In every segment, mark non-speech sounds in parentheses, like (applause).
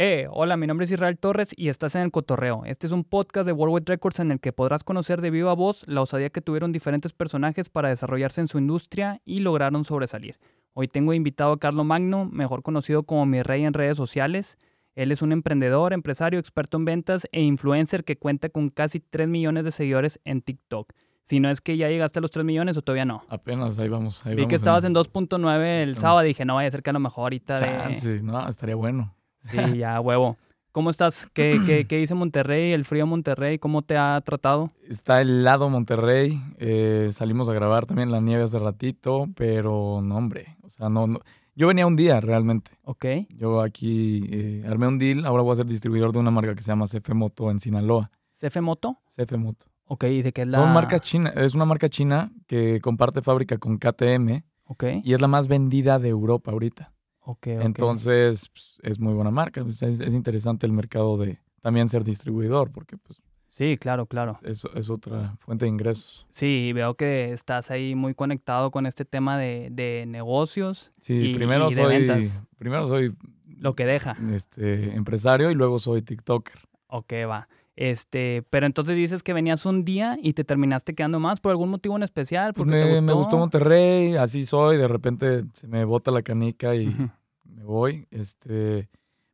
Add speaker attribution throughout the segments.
Speaker 1: Eh, hola, mi nombre es Israel Torres y estás en El Cotorreo. Este es un podcast de Worldwide Records en el que podrás conocer de viva voz la osadía que tuvieron diferentes personajes para desarrollarse en su industria y lograron sobresalir. Hoy tengo invitado a Carlo Magno, mejor conocido como Mi Rey en redes sociales. Él es un emprendedor, empresario, experto en ventas e influencer que cuenta con casi 3 millones de seguidores en TikTok. Si no es que ya llegaste a los 3 millones o todavía no.
Speaker 2: Apenas, ahí vamos. Ahí
Speaker 1: Vi
Speaker 2: vamos
Speaker 1: que estabas en
Speaker 2: esas.
Speaker 1: 2.9 el
Speaker 2: Estamos-
Speaker 1: sábado, dije, no vaya a ser que a lo mejor ahorita de...
Speaker 2: Chance, no, estaría bueno.
Speaker 1: Sí, ya, huevo. ¿Cómo estás? ¿Qué,
Speaker 2: (clears throat)
Speaker 1: qué, qué dice Monterrey, el frío Monterrey? ¿Cómo te ha tratado?
Speaker 2: Está helado Monterrey. eh, salimos a grabar también la nieve hace ratito, pero no, hombre. O sea, no, no- Yo venía un día realmente.
Speaker 1: Ok,
Speaker 2: Yo aquí eh, armé un deal. Ahora voy a ser distribuidor de una marca que se llama CF Moto en Sinaloa.
Speaker 1: CF Moto.
Speaker 2: CF Moto.
Speaker 1: Ok, dice que es la...
Speaker 2: Son marcas chinas. Es una marca china que comparte fábrica con KTM
Speaker 1: Ok,
Speaker 2: y es la más vendida de Europa ahorita.
Speaker 1: ok, ok.
Speaker 2: Entonces, pues, es muy buena marca. Pues, es, es interesante el mercado de también ser distribuidor porque pues,
Speaker 1: Sí, claro, claro.
Speaker 2: es, es otra fuente de ingresos.
Speaker 1: Sí, veo que estás ahí muy conectado con este tema de, de negocios,
Speaker 2: Sí,
Speaker 1: Y-
Speaker 2: primero
Speaker 1: y de
Speaker 2: soy
Speaker 1: ventas.
Speaker 2: primero soy
Speaker 1: lo que deja.
Speaker 2: este empresario y luego soy TikToker.
Speaker 1: Ok, va. Este, pero entonces dices que venías un día y te terminaste quedando más por algún motivo en especial, porque
Speaker 2: me,
Speaker 1: te gustó.
Speaker 2: me gustó Monterrey, así soy, de repente se me bota la canica y
Speaker 1: Ujú.
Speaker 2: me voy. Este,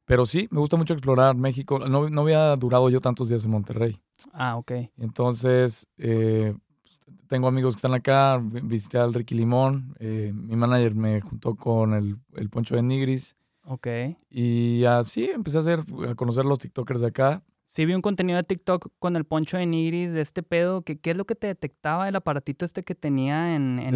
Speaker 2: pero sí, me gusta mucho explorar México. No, no había durado yo tantos días en Monterrey.
Speaker 1: Ah, ok.
Speaker 2: Entonces, eh, tengo amigos que están acá, vi- visité al Ricky Limón, eh, mi manager me juntó con el, el Poncho de Nigris
Speaker 1: Ok.
Speaker 2: y así empecé a, hacer, a conocer los TikTokers de acá.
Speaker 1: Sí vi un contenido de TikTok con el poncho de Nigris de este pedo, que qué es lo que te detectaba el aparatito este que tenía en, en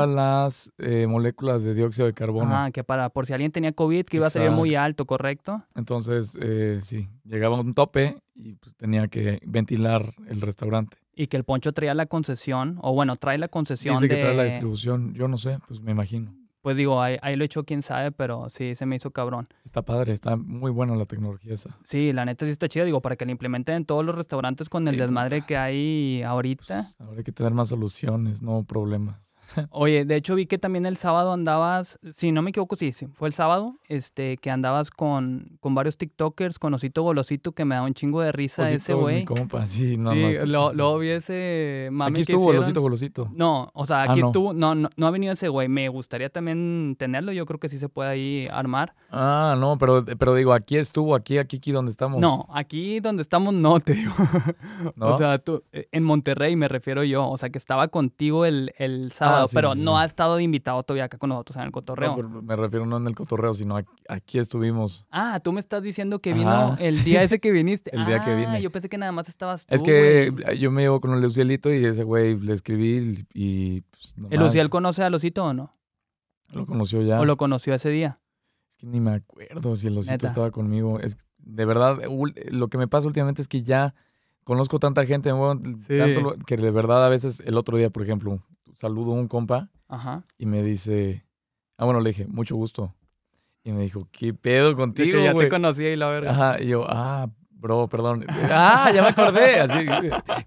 Speaker 1: la tienda.
Speaker 2: las eh, moléculas de dióxido de carbono.
Speaker 1: Ajá, que para por si alguien tenía COVID que iba a salir muy alto, ¿correcto?
Speaker 2: Entonces, eh, sí, llegaba a un tope y pues, tenía que ventilar el restaurante.
Speaker 1: Y que el poncho traía la concesión, o bueno, trae la concesión
Speaker 2: Dice
Speaker 1: de...
Speaker 2: que trae la distribución, yo no sé, pues me imagino.
Speaker 1: pues digo, ahí, ahí lo echó quién sabe, pero sí, se me hizo cabrón.
Speaker 2: Está padre, está muy buena la tecnología esa.
Speaker 1: Sí, la neta sí está chida, digo, para que la implementen en todos los restaurantes con el
Speaker 2: Sí,
Speaker 1: desmadre que hay ahorita.
Speaker 2: Pues, habrá que tener más soluciones, no problemas.
Speaker 1: Oye, de hecho vi que también el sábado andabas, si no me equivoco, sí, sí, fue el sábado, este, que andabas con, con varios TikTokers, con Osito Golosito, que me da un chingo de risa
Speaker 2: Osito
Speaker 1: ese
Speaker 2: es mi
Speaker 1: güey.
Speaker 2: compa, sí, no, no,
Speaker 1: sí,
Speaker 2: está
Speaker 1: lo,
Speaker 2: chido.
Speaker 1: lo vi ese mame
Speaker 2: Aquí
Speaker 1: que
Speaker 2: estuvo,
Speaker 1: hicieron.
Speaker 2: golosito, golosito.
Speaker 1: No, o sea,
Speaker 2: Ah,
Speaker 1: aquí
Speaker 2: no.
Speaker 1: estuvo, no, no, no ha venido ese güey, me gustaría también tenerlo, yo creo que sí se puede ahí armar.
Speaker 2: Ah, no, pero, pero digo, aquí estuvo, aquí, aquí, aquí donde estamos.
Speaker 1: No, aquí donde estamos no, te digo. (laughs)
Speaker 2: ¿No?
Speaker 1: O sea, tú, eh, en Monterrey me refiero yo, o sea, que estaba contigo el, el sábado,
Speaker 2: Ah, sí,
Speaker 1: pero
Speaker 2: sí,
Speaker 1: no
Speaker 2: sí.
Speaker 1: ha estado de invitado todavía acá con nosotros en el cotorreo.
Speaker 2: No, pero me refiero no en el cotorreo, sino aquí, aquí estuvimos.
Speaker 1: Ah, tú me estás diciendo que vino
Speaker 2: Ajá.
Speaker 1: el día ese que viniste.
Speaker 2: (laughs) El día que
Speaker 1: Ah,
Speaker 2: vine.
Speaker 1: Yo pensé que nada más estabas tú.
Speaker 2: Es que
Speaker 1: güey.
Speaker 2: eh, yo me llevo con el Lucielito y ese güey le escribí y pues, nomás
Speaker 1: ¿El Luciel conoce a Losito o no?
Speaker 2: lo conoció ya.
Speaker 1: ¿O lo conoció ese día?
Speaker 2: Es que ni me acuerdo si el
Speaker 1: Neta.
Speaker 2: Lucielito estaba conmigo. Es que, de verdad ul- lo que me pasa últimamente es que ya conozco tanta gente, me muevo en
Speaker 1: Sí.
Speaker 2: tanto lu- que de verdad a veces el otro día, por ejemplo, saludo a un compa
Speaker 1: Ajá.
Speaker 2: y me dice, ah bueno, le dije, mucho gusto. Y me dijo, ¿qué pedo
Speaker 1: De
Speaker 2: contigo,
Speaker 1: que ya
Speaker 2: güey?"
Speaker 1: te conocía y la verga.
Speaker 2: Ajá, y yo, ah, bro, perdón. Ah, ya me acordé. Así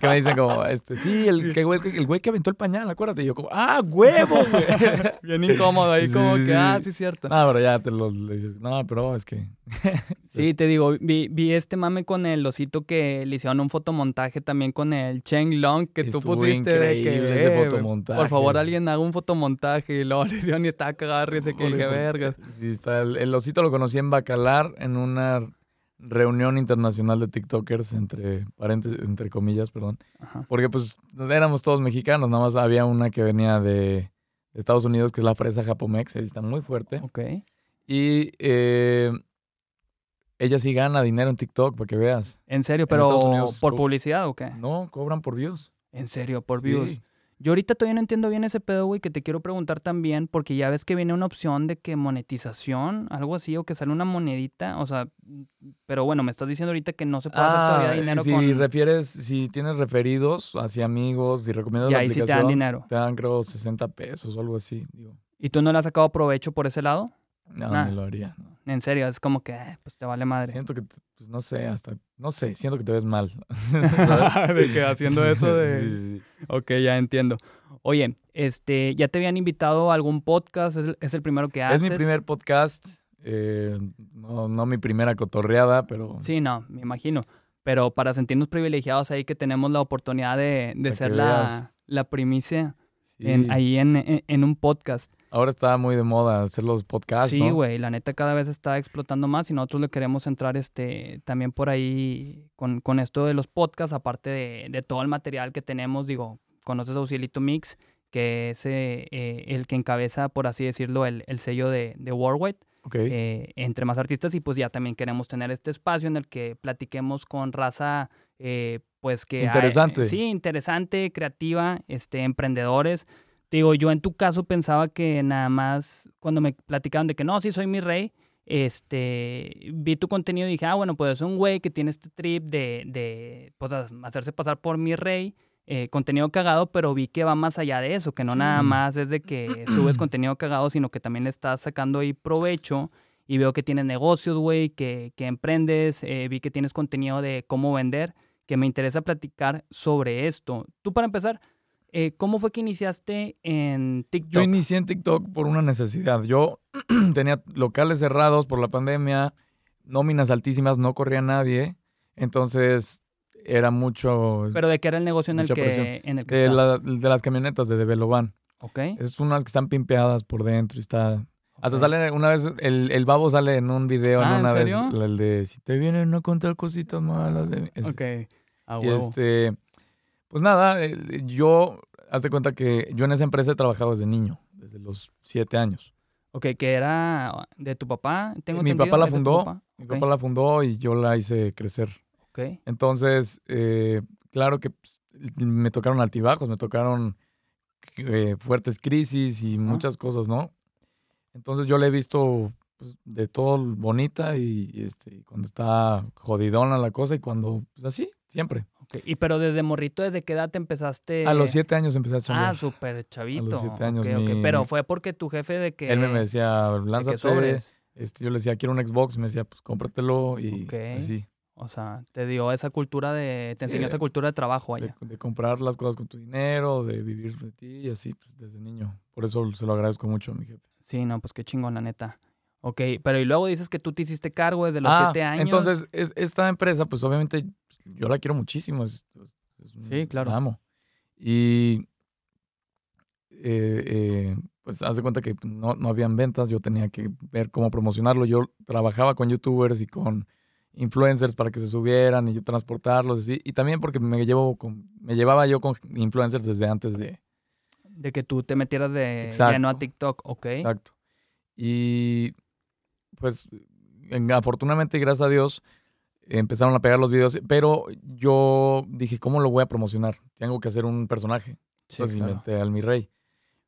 Speaker 2: que me dicen como, este, sí, el, que güey, el güey que aventó el pañal, acuérdate. Y yo como, ah, huevo,
Speaker 1: (laughs)
Speaker 2: güey.
Speaker 1: (laughs) Bien incómodo ahí,
Speaker 2: Sí,
Speaker 1: como
Speaker 2: sí,
Speaker 1: que, ah, sí,
Speaker 2: sí.
Speaker 1: cierto.
Speaker 2: no, pero ya te lo le dices, no, pero es que...
Speaker 1: Sí, te digo, vi, vi este mame con el osito que le hicieron un fotomontaje también con el Cheng Long que tú
Speaker 2: Estuvo
Speaker 1: pusiste. de que,
Speaker 2: increíble ese
Speaker 1: "Eh,
Speaker 2: fotomontaje,
Speaker 1: Por favor,
Speaker 2: güey".
Speaker 1: alguien haga un fotomontaje y lo (laughs) le hicieron y estaba cagado de risa que dije,
Speaker 2: Híjole, porque-
Speaker 1: vergas.
Speaker 2: Sí, está. El, el osito lo conocí en Bacalar en una reunión internacional de TikTokers, entre paréntesis, entre comillas, perdón.
Speaker 1: Ajá.
Speaker 2: Porque pues éramos todos mexicanos, nada más había una que venía de Estados Unidos, que es la fresa Japomex, ahí está muy fuerte.
Speaker 1: Ok.
Speaker 2: Y eh, ella sí gana dinero en TikTok, para que veas.
Speaker 1: En serio, pero
Speaker 2: Estados Unidos,
Speaker 1: ¿por
Speaker 2: co-
Speaker 1: publicidad o qué?
Speaker 2: No, cobran por views.
Speaker 1: En serio, por
Speaker 2: Sí.
Speaker 1: views. Yo ahorita todavía no entiendo bien ese pedo, güey, que te quiero preguntar también, porque ya ves que viene una opción de que monetización, algo así, o que sale una monedita, o sea, pero bueno, me estás diciendo ahorita que no se puede hacer todavía
Speaker 2: Ah,
Speaker 1: dinero
Speaker 2: si
Speaker 1: con...
Speaker 2: refieres, si tienes referidos hacia amigos, si recomiendas
Speaker 1: Y
Speaker 2: la
Speaker 1: ahí sí te dan
Speaker 2: aplicación,
Speaker 1: dinero.
Speaker 2: te dan, creo 60 pesos o algo así. Digo,
Speaker 1: ¿Y tú no le has sacado provecho por ese lado?
Speaker 2: no,
Speaker 1: Nah.
Speaker 2: ni lo haría. no.
Speaker 1: En serio, es como que, eh, pues te vale madre.
Speaker 2: Siento que, te- pues, no sé, hasta, no sé, siento que te
Speaker 1: (laughs)
Speaker 2: ves mal. (laughs)
Speaker 1: de que haciendo eso de...
Speaker 2: Sí, sí, sí.
Speaker 1: Ok, ya entiendo. Oye, este, ¿ya te habían invitado a algún podcast? ¿Es, el- es el primero que haces?
Speaker 2: Es mi primer podcast. Eh, no, no mi primera cotorreada, pero
Speaker 1: Sí, no, me imagino. Pero para sentirnos privilegiados ahí que tenemos la oportunidad de, de
Speaker 2: que
Speaker 1: ser
Speaker 2: veas.
Speaker 1: la, la primicia
Speaker 2: sí.
Speaker 1: en- ahí en, en- en un podcast.
Speaker 2: ahora está muy de moda hacer los podcasts,
Speaker 1: sí,
Speaker 2: ¿no?
Speaker 1: güey, la neta cada vez está explotando más y nosotros le queremos entrar este también por ahí con, con esto de los podcasts, aparte de, de todo el material que tenemos, digo, conoces a Auxilito Mix, que es eh, eh, el que encabeza, por así decirlo, el, el sello de, de Worldwide.
Speaker 2: Ok.
Speaker 1: eh, entre más artistas y pues ya también queremos tener este espacio en el que platiquemos con raza eh, pues que... hay-
Speaker 2: Interesante.
Speaker 1: sí, interesante, creativa, este, emprendedores. Te Digo, yo en tu caso pensaba que nada más cuando me platicaron de que no, sí soy mi rey, este, vi tu contenido y dije, ah, bueno, pues es un güey que tiene este trip de, de pues, a- hacerse pasar por mi rey. eh, contenido cagado, pero vi que va más allá de eso, que no
Speaker 2: Sí.
Speaker 1: nada más es de que subes contenido cagado, sino que también le estás sacando ahí provecho y veo que tienes negocios, güey, que, que emprendes, eh, vi que tienes contenido de cómo vender, que me interesa platicar sobre esto. Tú para empezar, eh, ¿cómo fue que iniciaste en TikTok?
Speaker 2: Yo inicié en TikTok por una necesidad. Yo (clears throat) tenía locales cerrados por la pandemia, nóminas altísimas, no corría nadie. Entonces era mucho
Speaker 1: Pero de qué era el negocio en el
Speaker 2: Mucha presión.
Speaker 1: que, en el que
Speaker 2: de,
Speaker 1: estabas?
Speaker 2: la- de las camionetas de Develoban.
Speaker 1: Ok,
Speaker 2: Es unas que están pimpeadas por dentro y está... Hasta
Speaker 1: ok.
Speaker 2: sale una vez, el, el babo sale en un video,
Speaker 1: Ah,
Speaker 2: en
Speaker 1: ¿en
Speaker 2: una vez,
Speaker 1: serio?
Speaker 2: el de si te vienen a contar cositas malas de mí". Es-
Speaker 1: Ok. A
Speaker 2: y
Speaker 1: huevo.
Speaker 2: este, pues nada, eh, yo, hazte cuenta que yo en esa empresa he trabajado desde niño, desde los siete años.
Speaker 1: Ok, que era de tu papá. Tengo
Speaker 2: Mi
Speaker 1: entendido,
Speaker 2: papá la
Speaker 1: ¿es de tu
Speaker 2: fundó,
Speaker 1: papá?
Speaker 2: Mi
Speaker 1: Ok,
Speaker 2: papá la fundó y yo la hice crecer.
Speaker 1: ok.
Speaker 2: Entonces, eh, claro que pues, me tocaron altibajos, me tocaron eh, fuertes crisis y muchas cosas, ¿no? Entonces yo la he visto pues, de todo bonita y, y, este, cuando está jodidona la cosa y cuando, pues así, siempre.
Speaker 1: ok. Y pero desde morrito, ¿desde qué edad te empezaste?
Speaker 2: A los siete años empecé a
Speaker 1: Eh, Ah,
Speaker 2: chambear.
Speaker 1: súper chavito.
Speaker 2: siete años,
Speaker 1: ok, ok.
Speaker 2: mi-
Speaker 1: Pero fue porque tu jefe de que...
Speaker 2: Él me decía,
Speaker 1: de que
Speaker 2: lánzate.
Speaker 1: sobres.
Speaker 2: Este, yo le decía, quiero un Xbox. Me decía, pues cómpratelo y
Speaker 1: Ok.
Speaker 2: así.
Speaker 1: O sea, te dio esa cultura de... Te
Speaker 2: Sí,
Speaker 1: enseñó
Speaker 2: de-
Speaker 1: esa cultura de trabajo
Speaker 2: de,
Speaker 1: allá.
Speaker 2: de comprar las cosas con tu dinero, de vivir de ti y así pues, desde niño. Por eso se lo agradezco mucho a mi jefe.
Speaker 1: Sí, no, pues qué chingón, la neta. Ok, pero y luego dices que tú te hiciste cargo desde los
Speaker 2: Ah,
Speaker 1: siete años.
Speaker 2: Entonces, es- esta empresa, pues obviamente yo la quiero muchísimo. es- es un-
Speaker 1: Sí, claro.
Speaker 2: La amo. Y eh, eh, pues hace cuenta que no, no habían ventas, yo tenía que ver cómo promocionarlo. Yo trabajaba con youtubers y con influencers para que se subieran y yo transportarlos así. Y también porque me llevo con- me llevaba yo con influencers desde antes de,
Speaker 1: De que tú te metieras de
Speaker 2: Exacto.
Speaker 1: lleno a TikTok, ok.
Speaker 2: Exacto. Y pues en- afortunadamente, y gracias a Dios, empezaron a pegar los videos, pero yo dije, ¿cómo lo voy a promocionar? Tengo que hacer un personaje.
Speaker 1: Sí,
Speaker 2: Entonces
Speaker 1: claro.
Speaker 2: inventé al Mi Rey.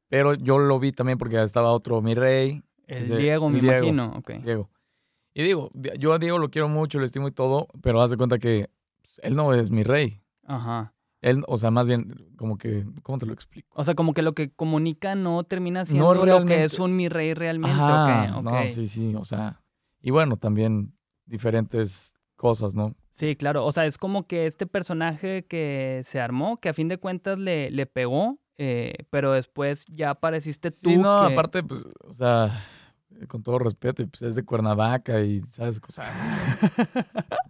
Speaker 2: Pero yo lo vi también porque estaba otro Mi Rey,
Speaker 1: El
Speaker 2: Ese-
Speaker 1: Diego, me
Speaker 2: el Diego.
Speaker 1: imagino. Ok.
Speaker 2: Diego. Y digo, di- yo a Diego lo quiero mucho, lo estimo y todo, pero haz de cuenta que pues, él no es Mi Rey.
Speaker 1: Ajá.
Speaker 2: Él, o sea, más bien, como que, ¿cómo te lo explico?
Speaker 1: O sea, como que lo que comunica no termina siendo lo que
Speaker 2: realmente.
Speaker 1: es un mi rey realmente. ok,
Speaker 2: Ajá,
Speaker 1: ok.
Speaker 2: no,
Speaker 1: sí.
Speaker 2: sí, sí, o sea, y bueno, también diferentes cosas, ¿no?
Speaker 1: claro. O sea, es como que este personaje que se armó, que a fin de cuentas le, le pegó, eh, pero después ya apareciste tú.
Speaker 2: Sí, no,
Speaker 1: que-
Speaker 2: aparte, pues, o sea, con todo respeto, y, pues es de Cuernavaca y, ¿sabes? O sea,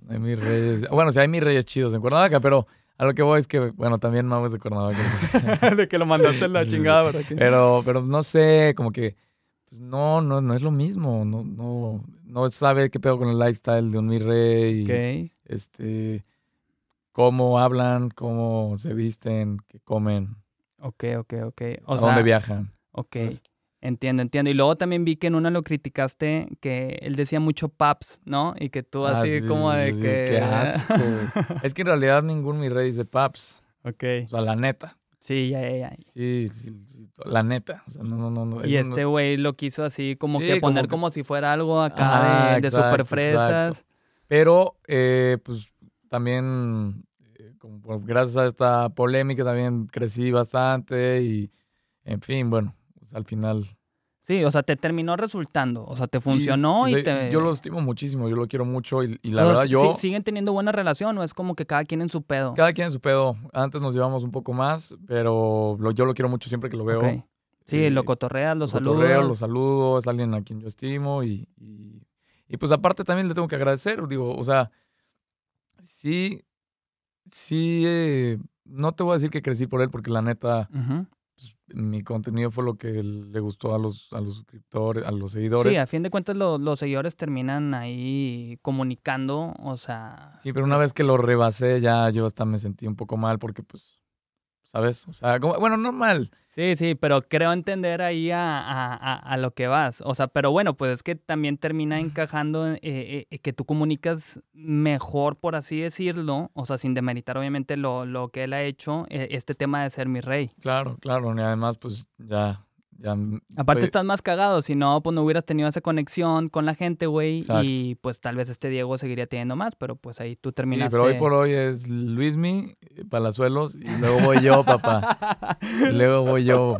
Speaker 2: no hay mis reyes. Bueno, o sea, hay mis reyes chidos en Cuernavaca, pero a lo que voy es que, bueno, también mames de Cuernavaca.
Speaker 1: (laughs)
Speaker 2: (laughs)
Speaker 1: de que lo mandaste (laughs) a la chingada, ¿verdad? que?
Speaker 2: pero, pero no sé, como que, pues, no, no, no es lo mismo. No, no, no sabe qué pedo con el lifestyle de un mi rey.
Speaker 1: Ok.
Speaker 2: Este, cómo hablan, cómo se visten, qué comen,
Speaker 1: Ok, ok, ok. O
Speaker 2: a
Speaker 1: sea,
Speaker 2: dónde viajan.
Speaker 1: Ok,
Speaker 2: ¿sabes?
Speaker 1: entiendo, entiendo. Y luego también vi que en una lo criticaste que él decía mucho paps, ¿no? Y que tú
Speaker 2: Ah,
Speaker 1: así
Speaker 2: sí,
Speaker 1: como
Speaker 2: sí,
Speaker 1: de
Speaker 2: sí,
Speaker 1: que...
Speaker 2: qué asco. es que en realidad ningún mi rey dice paps.
Speaker 1: (laughs)
Speaker 2: O
Speaker 1: ok.
Speaker 2: sea, la neta.
Speaker 1: Sí, ya, ya, ya.
Speaker 2: Sí, sí, sí, la neta. O sea, no, no, no. no,
Speaker 1: Y
Speaker 2: Pues eso no
Speaker 1: este
Speaker 2: es-
Speaker 1: güey lo quiso así como
Speaker 2: Sí,
Speaker 1: que
Speaker 2: como
Speaker 1: poner
Speaker 2: que-
Speaker 1: como si fuera algo acá
Speaker 2: Ah,
Speaker 1: de, de
Speaker 2: exacto,
Speaker 1: super fresas.
Speaker 2: Pero, eh, pues, también, eh, como por- gracias a esta polémica también crecí bastante y, en fin, bueno, pues, al final...
Speaker 1: Sí, o sea, te terminó resultando. O sea, te
Speaker 2: Y-
Speaker 1: funcionó y,
Speaker 2: se-
Speaker 1: te...
Speaker 2: Yo lo estimo muchísimo, yo lo quiero mucho y, y la
Speaker 1: O sea,
Speaker 2: verdad
Speaker 1: ¿sí-
Speaker 2: yo...
Speaker 1: ¿Siguen teniendo buena relación o es como que cada quien en su pedo?
Speaker 2: Cada quien en su pedo. Antes nos llevamos un poco más, pero lo- yo lo quiero mucho siempre que lo veo.
Speaker 1: Ok. Sí,
Speaker 2: Eh,
Speaker 1: lo cotorreas, lo
Speaker 2: los cotorreo,
Speaker 1: saludas.
Speaker 2: los saludo, es alguien a quien yo estimo y, y- y, pues aparte también le tengo que agradecer, digo, o sea, sí, sí, eh, no te voy a decir que crecí por él porque la neta,
Speaker 1: Ujú.
Speaker 2: pues, mi contenido fue lo que le gustó a los, a los suscriptores, a los
Speaker 1: Sí,
Speaker 2: seguidores.
Speaker 1: a fin de cuentas lo- los seguidores terminan ahí comunicando, o sea...
Speaker 2: Sí, pero una vez que lo rebasé ya yo hasta me sentí un poco mal porque pues, ¿sabes? O sea, como- bueno, no mal.
Speaker 1: Sí, sí, pero creo entender ahí a, a- a- a lo que vas. O sea, pero bueno, pues es que también termina encajando en, eh, eh, que tú comunicas mejor, por así decirlo, o sea, sin demeritar obviamente lo, lo que él ha hecho, eh, este tema de ser mi rey.
Speaker 2: Claro, claro, y además pues ya, ya.
Speaker 1: Aparte
Speaker 2: estoy-
Speaker 1: estás más cagado, si no, pues no hubieras tenido esa conexión con la gente, güey,
Speaker 2: Exacto.
Speaker 1: y pues tal vez este Diego seguiría teniendo más, pero pues ahí tú
Speaker 2: Sí,
Speaker 1: terminaste...
Speaker 2: pero hoy
Speaker 1: (laughs)
Speaker 2: por hoy es Luismi, eh, Palazuelos, y luego voy yo, papá. Y luego voy
Speaker 1: (laughs)
Speaker 2: yo.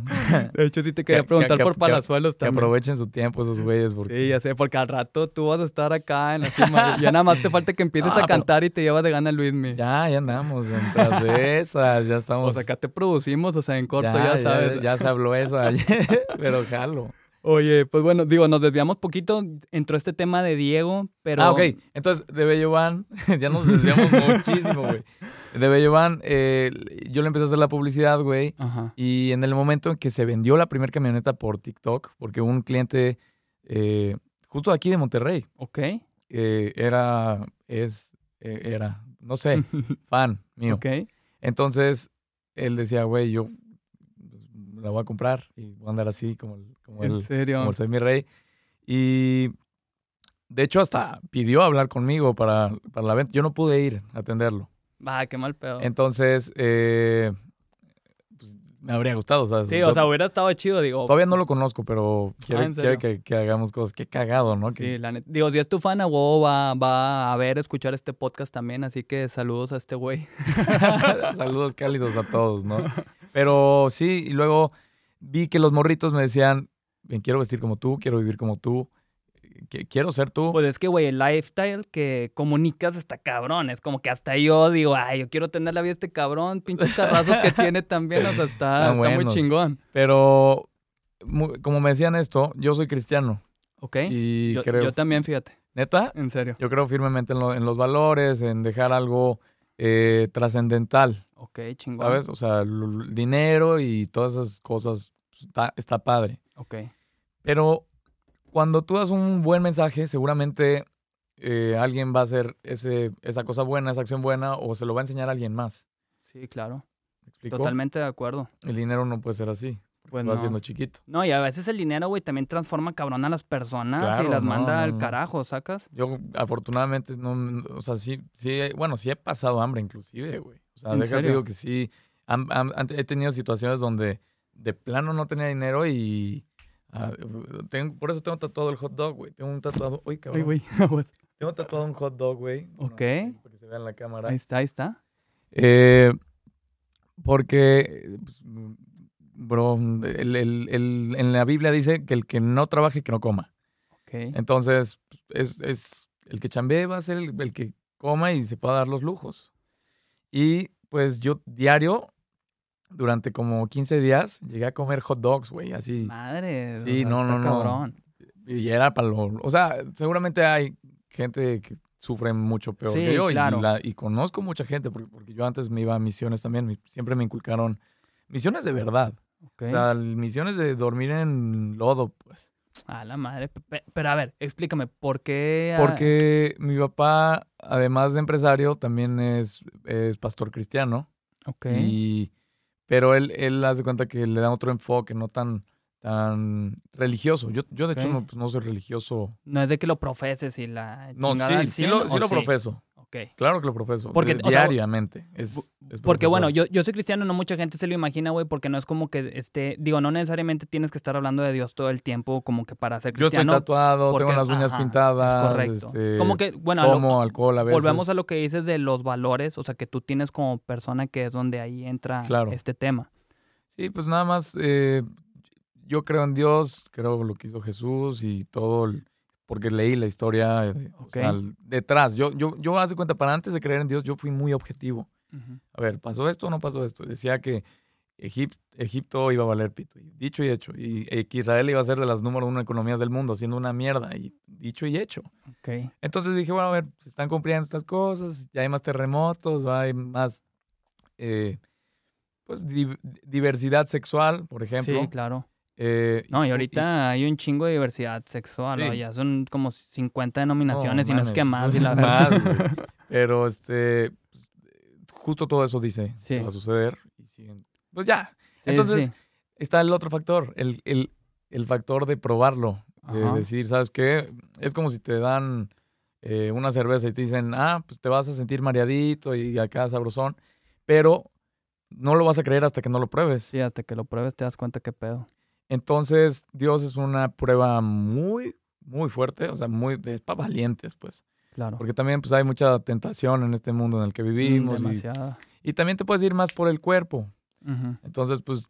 Speaker 1: De hecho,
Speaker 2: (laughs)
Speaker 1: sí te
Speaker 2: quería preguntar por
Speaker 1: Palazuelos
Speaker 2: Que aprovechen su tiempo esos güeyes. Porque...
Speaker 1: Sí, ya sé, porque al rato tú vas a estar acá en la cima. ya nada más te falta que empieces
Speaker 2: No,
Speaker 1: a
Speaker 2: Ah, pero-
Speaker 1: cantar y te llevas de gana Luismi.
Speaker 2: Ya, ya andamos detrás de esas, ya estamos.
Speaker 1: O sea, acá te producimos, o sea, en corto, ya, sabes.
Speaker 2: Ya, se habló esa,
Speaker 1: (laughs)
Speaker 2: pero jalo.
Speaker 1: Oye, pues bueno, digo, nos desviamos poquito. Entró este tema de Diego, pero.
Speaker 2: Ah, ok. Entonces, de Bello Van, (laughs) ya
Speaker 1: (laughs)
Speaker 2: nos desviamos muchísimo, güey. De Bello Van, eh, yo le empecé a hacer la publicidad, güey.
Speaker 1: Ajá.
Speaker 2: Y en el momento en que se vendió la primera camioneta por TikTok, porque un cliente eh, justo de aquí de Monterrey,
Speaker 1: Ok.
Speaker 2: eh, era, es, eh, era,
Speaker 1: (laughs)
Speaker 2: no sé, fan mío.
Speaker 1: Ok.
Speaker 2: Entonces, él decía, güey, yo pues, la voy a comprar y voy a andar así como el, como
Speaker 1: En
Speaker 2: el-
Speaker 1: serio.
Speaker 2: como el soy mi rey. Y de hecho hasta pidió hablar conmigo para, para la venta. Yo no pude ir a atenderlo.
Speaker 1: Va, qué mal pedo.
Speaker 2: Entonces, eh, pues, me habría gustado. O sea,
Speaker 1: Sí,
Speaker 2: yo
Speaker 1: o sea, hubiera estado chido, digo.
Speaker 2: Todavía no lo conozco, pero quiero,
Speaker 1: Ah, ¿en
Speaker 2: quiero
Speaker 1: serio?
Speaker 2: que, que hagamos cosas. Qué cagado, ¿no? Que- (laughs)
Speaker 1: Sí, la neta. Digo, si es tu fan, a huevo va, va a ver, escuchar este podcast también, así que saludos a este güey.
Speaker 2: Saludos cálidos a todos,
Speaker 1: (laughs)
Speaker 2: ¿no? Pero sí, y luego vi que los morritos me decían, "Ven, quiero vestir como tú, quiero vivir como tú, que- quiero ser tú.
Speaker 1: Pues es que, güey, el lifestyle que comunicas está cabrón. Es como que hasta yo digo, ay, yo quiero tener la vida de este cabrón, pinches carrazos que tiene también. O sea, está,
Speaker 2: Ah,
Speaker 1: está muy
Speaker 2: bueno.
Speaker 1: chingón.
Speaker 2: Pero mu- como me decían esto, yo soy cristiano
Speaker 1: ¿Ok?
Speaker 2: y
Speaker 1: ¿Eh? yo,
Speaker 2: creo,
Speaker 1: yo también, fíjate,
Speaker 2: neta,
Speaker 1: en serio.
Speaker 2: yo creo firmemente en, lo- en los valores, en dejar algo eh, trascendental,
Speaker 1: Ok, chingón.
Speaker 2: ¿sabes? O sea, l- l- dinero y todas esas cosas pues, está- está padre.
Speaker 1: Ok.
Speaker 2: Pero cuando tú das un buen mensaje, seguramente eh, alguien va a hacer ese, esa cosa buena, esa acción buena, o se lo va a enseñar a alguien más.
Speaker 1: Sí, claro.
Speaker 2: ¿Me explico?
Speaker 1: Totalmente de acuerdo.
Speaker 2: El dinero no puede ser así.
Speaker 1: Pues
Speaker 2: va
Speaker 1: no.
Speaker 2: siendo chiquito.
Speaker 1: No, y a veces el dinero, güey, también transforma cabrón a las personas y
Speaker 2: Claro,
Speaker 1: las
Speaker 2: no,
Speaker 1: manda
Speaker 2: no,
Speaker 1: al
Speaker 2: no.
Speaker 1: carajo, ¿sacas?
Speaker 2: Yo afortunadamente no, o sea, sí, sí, bueno, sí he pasado hambre inclusive, güey. O sea,
Speaker 1: ¿En
Speaker 2: déjate
Speaker 1: serio?
Speaker 2: digo que sí. han- han- han- he tenido situaciones donde de plano no tenía dinero y ah, tengo- por eso tengo tatuado el hot dog, güey. Tengo un tatuado, uy, cabrón.
Speaker 1: (laughs)
Speaker 2: Tengo tatuado un hot dog, güey. Bueno,
Speaker 1: Ok.
Speaker 2: ahí para que se vea en la cámara.
Speaker 1: ahí está, ahí está.
Speaker 2: Eh, porque, eh, pues, mm, bro, el- el- el- en la Biblia dice que el que no trabaje, que no coma.
Speaker 1: Ok.
Speaker 2: Entonces, es, es el que chambee va a ser el, el que coma y se pueda dar los lujos. Y pues yo diario, durante como 15 días, llegué a comer hot dogs, güey, así.
Speaker 1: Madre.
Speaker 2: Sí, no,
Speaker 1: está
Speaker 2: no, no.
Speaker 1: cabrón.
Speaker 2: Y era para lo... O sea, seguramente hay gente que sufre mucho peor
Speaker 1: Sí,
Speaker 2: que yo. y
Speaker 1: claro.
Speaker 2: la- Y, conozco mucha gente, porque, porque yo antes me iba a misiones también. me- Siempre me inculcaron misiones de verdad.
Speaker 1: Ok.
Speaker 2: O sea, misiones de dormir en lodo, pues.
Speaker 1: A la madre. Pe- pe- Pero a ver, explícame, ¿por qué? ah,
Speaker 2: Porque mi papá, además de empresario, también es, es pastor cristiano.
Speaker 1: Ok.
Speaker 2: Y, pero él, él hace cuenta que le da otro enfoque, no tan, tan religioso. Yo, yo de hecho,
Speaker 1: Ok.
Speaker 2: no, pues, no soy religioso.
Speaker 1: No es de que lo profeses y la
Speaker 2: No, sí,
Speaker 1: chingada al
Speaker 2: sí
Speaker 1: 100,
Speaker 2: lo,
Speaker 1: ¿o
Speaker 2: sí lo profeso.
Speaker 1: Ok.
Speaker 2: Claro que lo profeso.
Speaker 1: Porque,
Speaker 2: Porque,
Speaker 1: o sea,
Speaker 2: diariamente. es,
Speaker 1: bu-
Speaker 2: es
Speaker 1: Porque bueno,
Speaker 2: profesor.
Speaker 1: yo, yo soy cristiano, no mucha gente se lo imagina, güey, porque no es como que este, digo, no necesariamente tienes que estar hablando de Dios todo el tiempo como que para ser
Speaker 2: Yo estoy
Speaker 1: cristiano.
Speaker 2: tatuado,
Speaker 1: porque-
Speaker 2: tengo las uñas
Speaker 1: ajá,
Speaker 2: pintadas.
Speaker 1: Es correcto.
Speaker 2: este,
Speaker 1: es como que, bueno, a lo-
Speaker 2: tomo alcohol a veces.
Speaker 1: volvemos a lo que dices de los valores, o sea, que tú tienes como persona que es donde ahí entra
Speaker 2: Claro.
Speaker 1: este tema.
Speaker 2: Sí, pues nada más. eh, yo creo en Dios, creo lo que hizo Jesús y todo. el- porque leí la historia eh, de- o
Speaker 1: Ok.
Speaker 2: sea, el- detrás. Yo, yo, yo hace cuenta, para antes de creer en Dios, yo fui muy objetivo.
Speaker 1: Ujú.
Speaker 2: A ver, ¿pasó esto o no pasó esto? Decía que Egip- Egipto iba a valer pito. Y dicho y hecho. Y eh, que Israel iba a ser de las número uno economías del mundo, siendo una mierda. Y dicho y hecho.
Speaker 1: Ok.
Speaker 2: Entonces dije, bueno, a ver, se están cumpliendo estas cosas, ya hay más terremotos, hay más eh, pues di- diversidad sexual, por ejemplo.
Speaker 1: Sí, claro.
Speaker 2: Eh,
Speaker 1: No, y ahorita hay un chingo de diversidad sexual.
Speaker 2: Sí.
Speaker 1: ¿no? Ya son como 50 denominaciones y no es que más. (laughs) Y
Speaker 2: mames, (laughs)
Speaker 1: la
Speaker 2: es
Speaker 1: verdad.
Speaker 2: más, güey. Pero este pues, justo todo eso dice
Speaker 1: Sí.
Speaker 2: que va a suceder. Y siguen- Pues ya.
Speaker 1: Sí,
Speaker 2: Entonces,
Speaker 1: sí.
Speaker 2: Está el otro factor, el, el- el factor de probarlo. De
Speaker 1: Ajá.
Speaker 2: decir, ¿sabes qué? Es como si te dan eh, una cerveza y te dicen, ah, pues te vas a sentir mareadito y acá sabrosón. Pero no lo vas a creer hasta que no lo pruebes.
Speaker 1: Sí, hasta que lo pruebes te das cuenta qué pedo.
Speaker 2: Entonces, Dios es una prueba muy, muy fuerte, o sea, muy es para valientes, pues.
Speaker 1: Claro.
Speaker 2: Porque también pues, hay mucha tentación en este mundo en el que
Speaker 1: Mm,
Speaker 2: vivimos. y-
Speaker 1: Demasiada.
Speaker 2: Y, también te puedes ir más por el cuerpo.
Speaker 1: Ujú.
Speaker 2: Entonces, pues,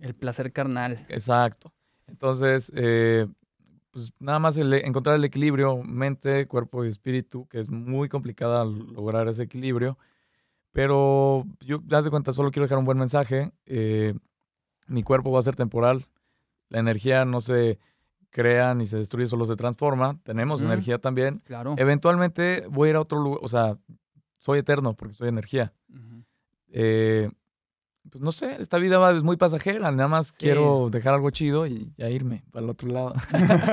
Speaker 1: El placer carnal.
Speaker 2: exacto. Entonces, eh, pues nada más el- encontrar el equilibrio mente, cuerpo y espíritu, que es muy complicada lograr ese equilibrio. Pero yo, ya de cuenta, solo quiero dejar un buen mensaje. Eh, mi cuerpo va a ser temporal. La energía no se crea ni se destruye, solo se transforma. Tenemos
Speaker 1: Ujú. Oh.
Speaker 2: energía también.
Speaker 1: Claro.
Speaker 2: Eventualmente voy a ir a otro lugar, o sea, soy eterno porque soy energía.
Speaker 1: Ujú.
Speaker 2: Eh, pues no sé, esta vida va- es muy pasajera, nada más quiero dejar algo chido y ya irme para el otro lado.
Speaker 1: (laughs)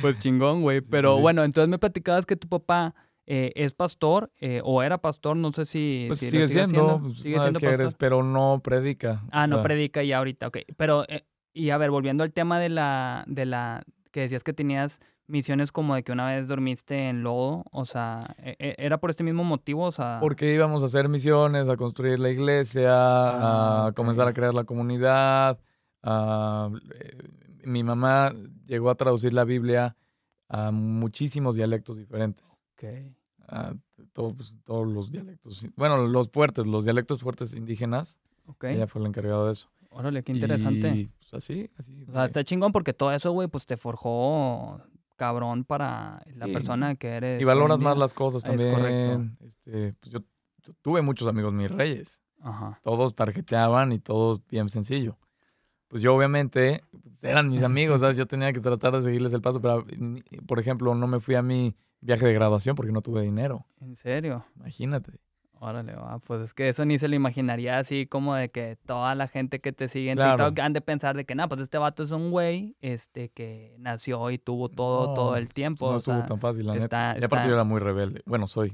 Speaker 1: pues chingón, güey. Pero
Speaker 2: sí.
Speaker 1: bueno, entonces me platicabas que tu papá eh, es pastor eh, o era pastor, no sé si,
Speaker 2: Pues
Speaker 1: si lo
Speaker 2: sigue siendo, pues,
Speaker 1: sigue
Speaker 2: una vez
Speaker 1: siendo
Speaker 2: que
Speaker 1: pastor.
Speaker 2: eres, pero no predica.
Speaker 1: Ah, no
Speaker 2: O sea,
Speaker 1: predica ya ahorita, ok. Pero, eh, y a ver, volviendo al tema de la, de la, que decías que tenías misiones como de que una vez dormiste en lodo, o sea, e- e- ¿era por este mismo motivo? O sea,
Speaker 2: Porque íbamos a hacer misiones, a construir la iglesia,
Speaker 1: Ah,
Speaker 2: a comenzar a
Speaker 1: ok.
Speaker 2: crear la comunidad. a- eh, mi mamá llegó a traducir la Biblia a muchísimos dialectos diferentes.
Speaker 1: Ok.
Speaker 2: a todo- pues, todos los dialectos. Bueno, los fuertes, los dialectos fuertes indígenas.
Speaker 1: ok.
Speaker 2: Ella fue la encargada de eso.
Speaker 1: Órale, qué interesante.
Speaker 2: Y pues así, así.
Speaker 1: O sea,
Speaker 2: de-
Speaker 1: está chingón porque todo eso, güey, pues te forjó cabrón para la
Speaker 2: Sí.
Speaker 1: persona que eres.
Speaker 2: y valoras más
Speaker 1: la...
Speaker 2: las cosas
Speaker 1: Es
Speaker 2: también.
Speaker 1: correcto.
Speaker 2: Este, pues, yo, yo tuve muchos amigos mis reyes.
Speaker 1: Ajá.
Speaker 2: Todos tarjeteaban y todos bien sencillo. Pues yo obviamente pues, eran mis amigos, ¿sabes? Yo tenía que tratar de seguirles el paso, pero ni- por ejemplo, no me fui a mi viaje de graduación porque no tuve dinero.
Speaker 1: ¿En serio?
Speaker 2: Imagínate.
Speaker 1: Órale, va. Pues es que eso ni se lo imaginaría así como de que toda la gente que te sigue en
Speaker 2: Claro.
Speaker 1: TikTok han de pensar de que, nah, pues este vato es un güey este, que nació y tuvo todo,
Speaker 2: No,
Speaker 1: todo el tiempo.
Speaker 2: no
Speaker 1: Pues, o
Speaker 2: estuvo
Speaker 1: sea, (laughs)
Speaker 2: tan fácil, la neta.
Speaker 1: está,
Speaker 2: Y aparte
Speaker 1: está-
Speaker 2: yo era muy rebelde. Bueno, soy.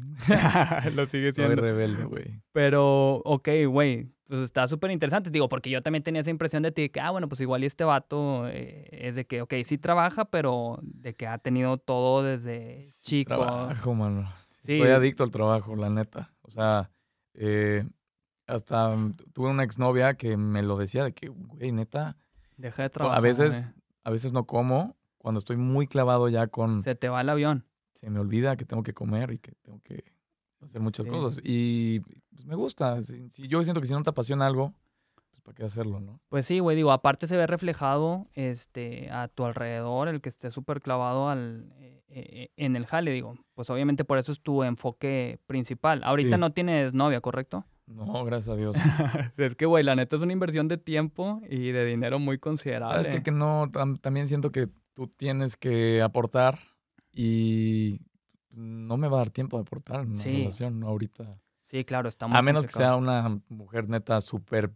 Speaker 1: lo sigue
Speaker 2: (laughs) Soy
Speaker 1: siendo.
Speaker 2: rebelde, güey.
Speaker 1: Pero, ok, güey, pues está súper interesante. Digo, porque yo también tenía esa impresión de ti, de que, ah, bueno, pues igual y este vato eh, es de que, ok, sí trabaja, pero de que ha tenido todo desde chico.
Speaker 2: Trabajo, mano.
Speaker 1: Sí,
Speaker 2: Soy adicto al trabajo, la neta. O sea, eh, hasta mm, tu- tuve una exnovia que me lo decía de que, güey, neta,
Speaker 1: deja de trabajar.
Speaker 2: a veces,
Speaker 1: güey.
Speaker 2: a veces no como cuando estoy muy clavado ya con, se,
Speaker 1: Se te va el avión.
Speaker 2: me olvida que tengo que comer y que tengo que hacer muchas
Speaker 1: Sí.
Speaker 2: cosas. Y pues, me gusta. Si, si yo siento que si no te apasiona algo, pues para qué hacerlo, ¿no?
Speaker 1: Pues sí, güey, digo, aparte se ve reflejado este, a tu alrededor, el que esté súper clavado al, eh, eh, en el jale, digo. Pues obviamente por eso es tu enfoque principal. Ahorita
Speaker 2: Sí.
Speaker 1: no tienes novia, ¿correcto?
Speaker 2: No, gracias
Speaker 1: (laughs)
Speaker 2: a Dios.
Speaker 1: Es que, güey, la neta es una inversión de tiempo y de dinero muy considerable.
Speaker 2: Sabes que, que no, tam- también siento que tú tienes que aportar y pues, no me va a dar tiempo de aportar en una
Speaker 1: Sí.
Speaker 2: relación ahorita.
Speaker 1: Sí, claro, está muy
Speaker 2: A menos que sea
Speaker 1: complicado.
Speaker 2: una mujer neta súper,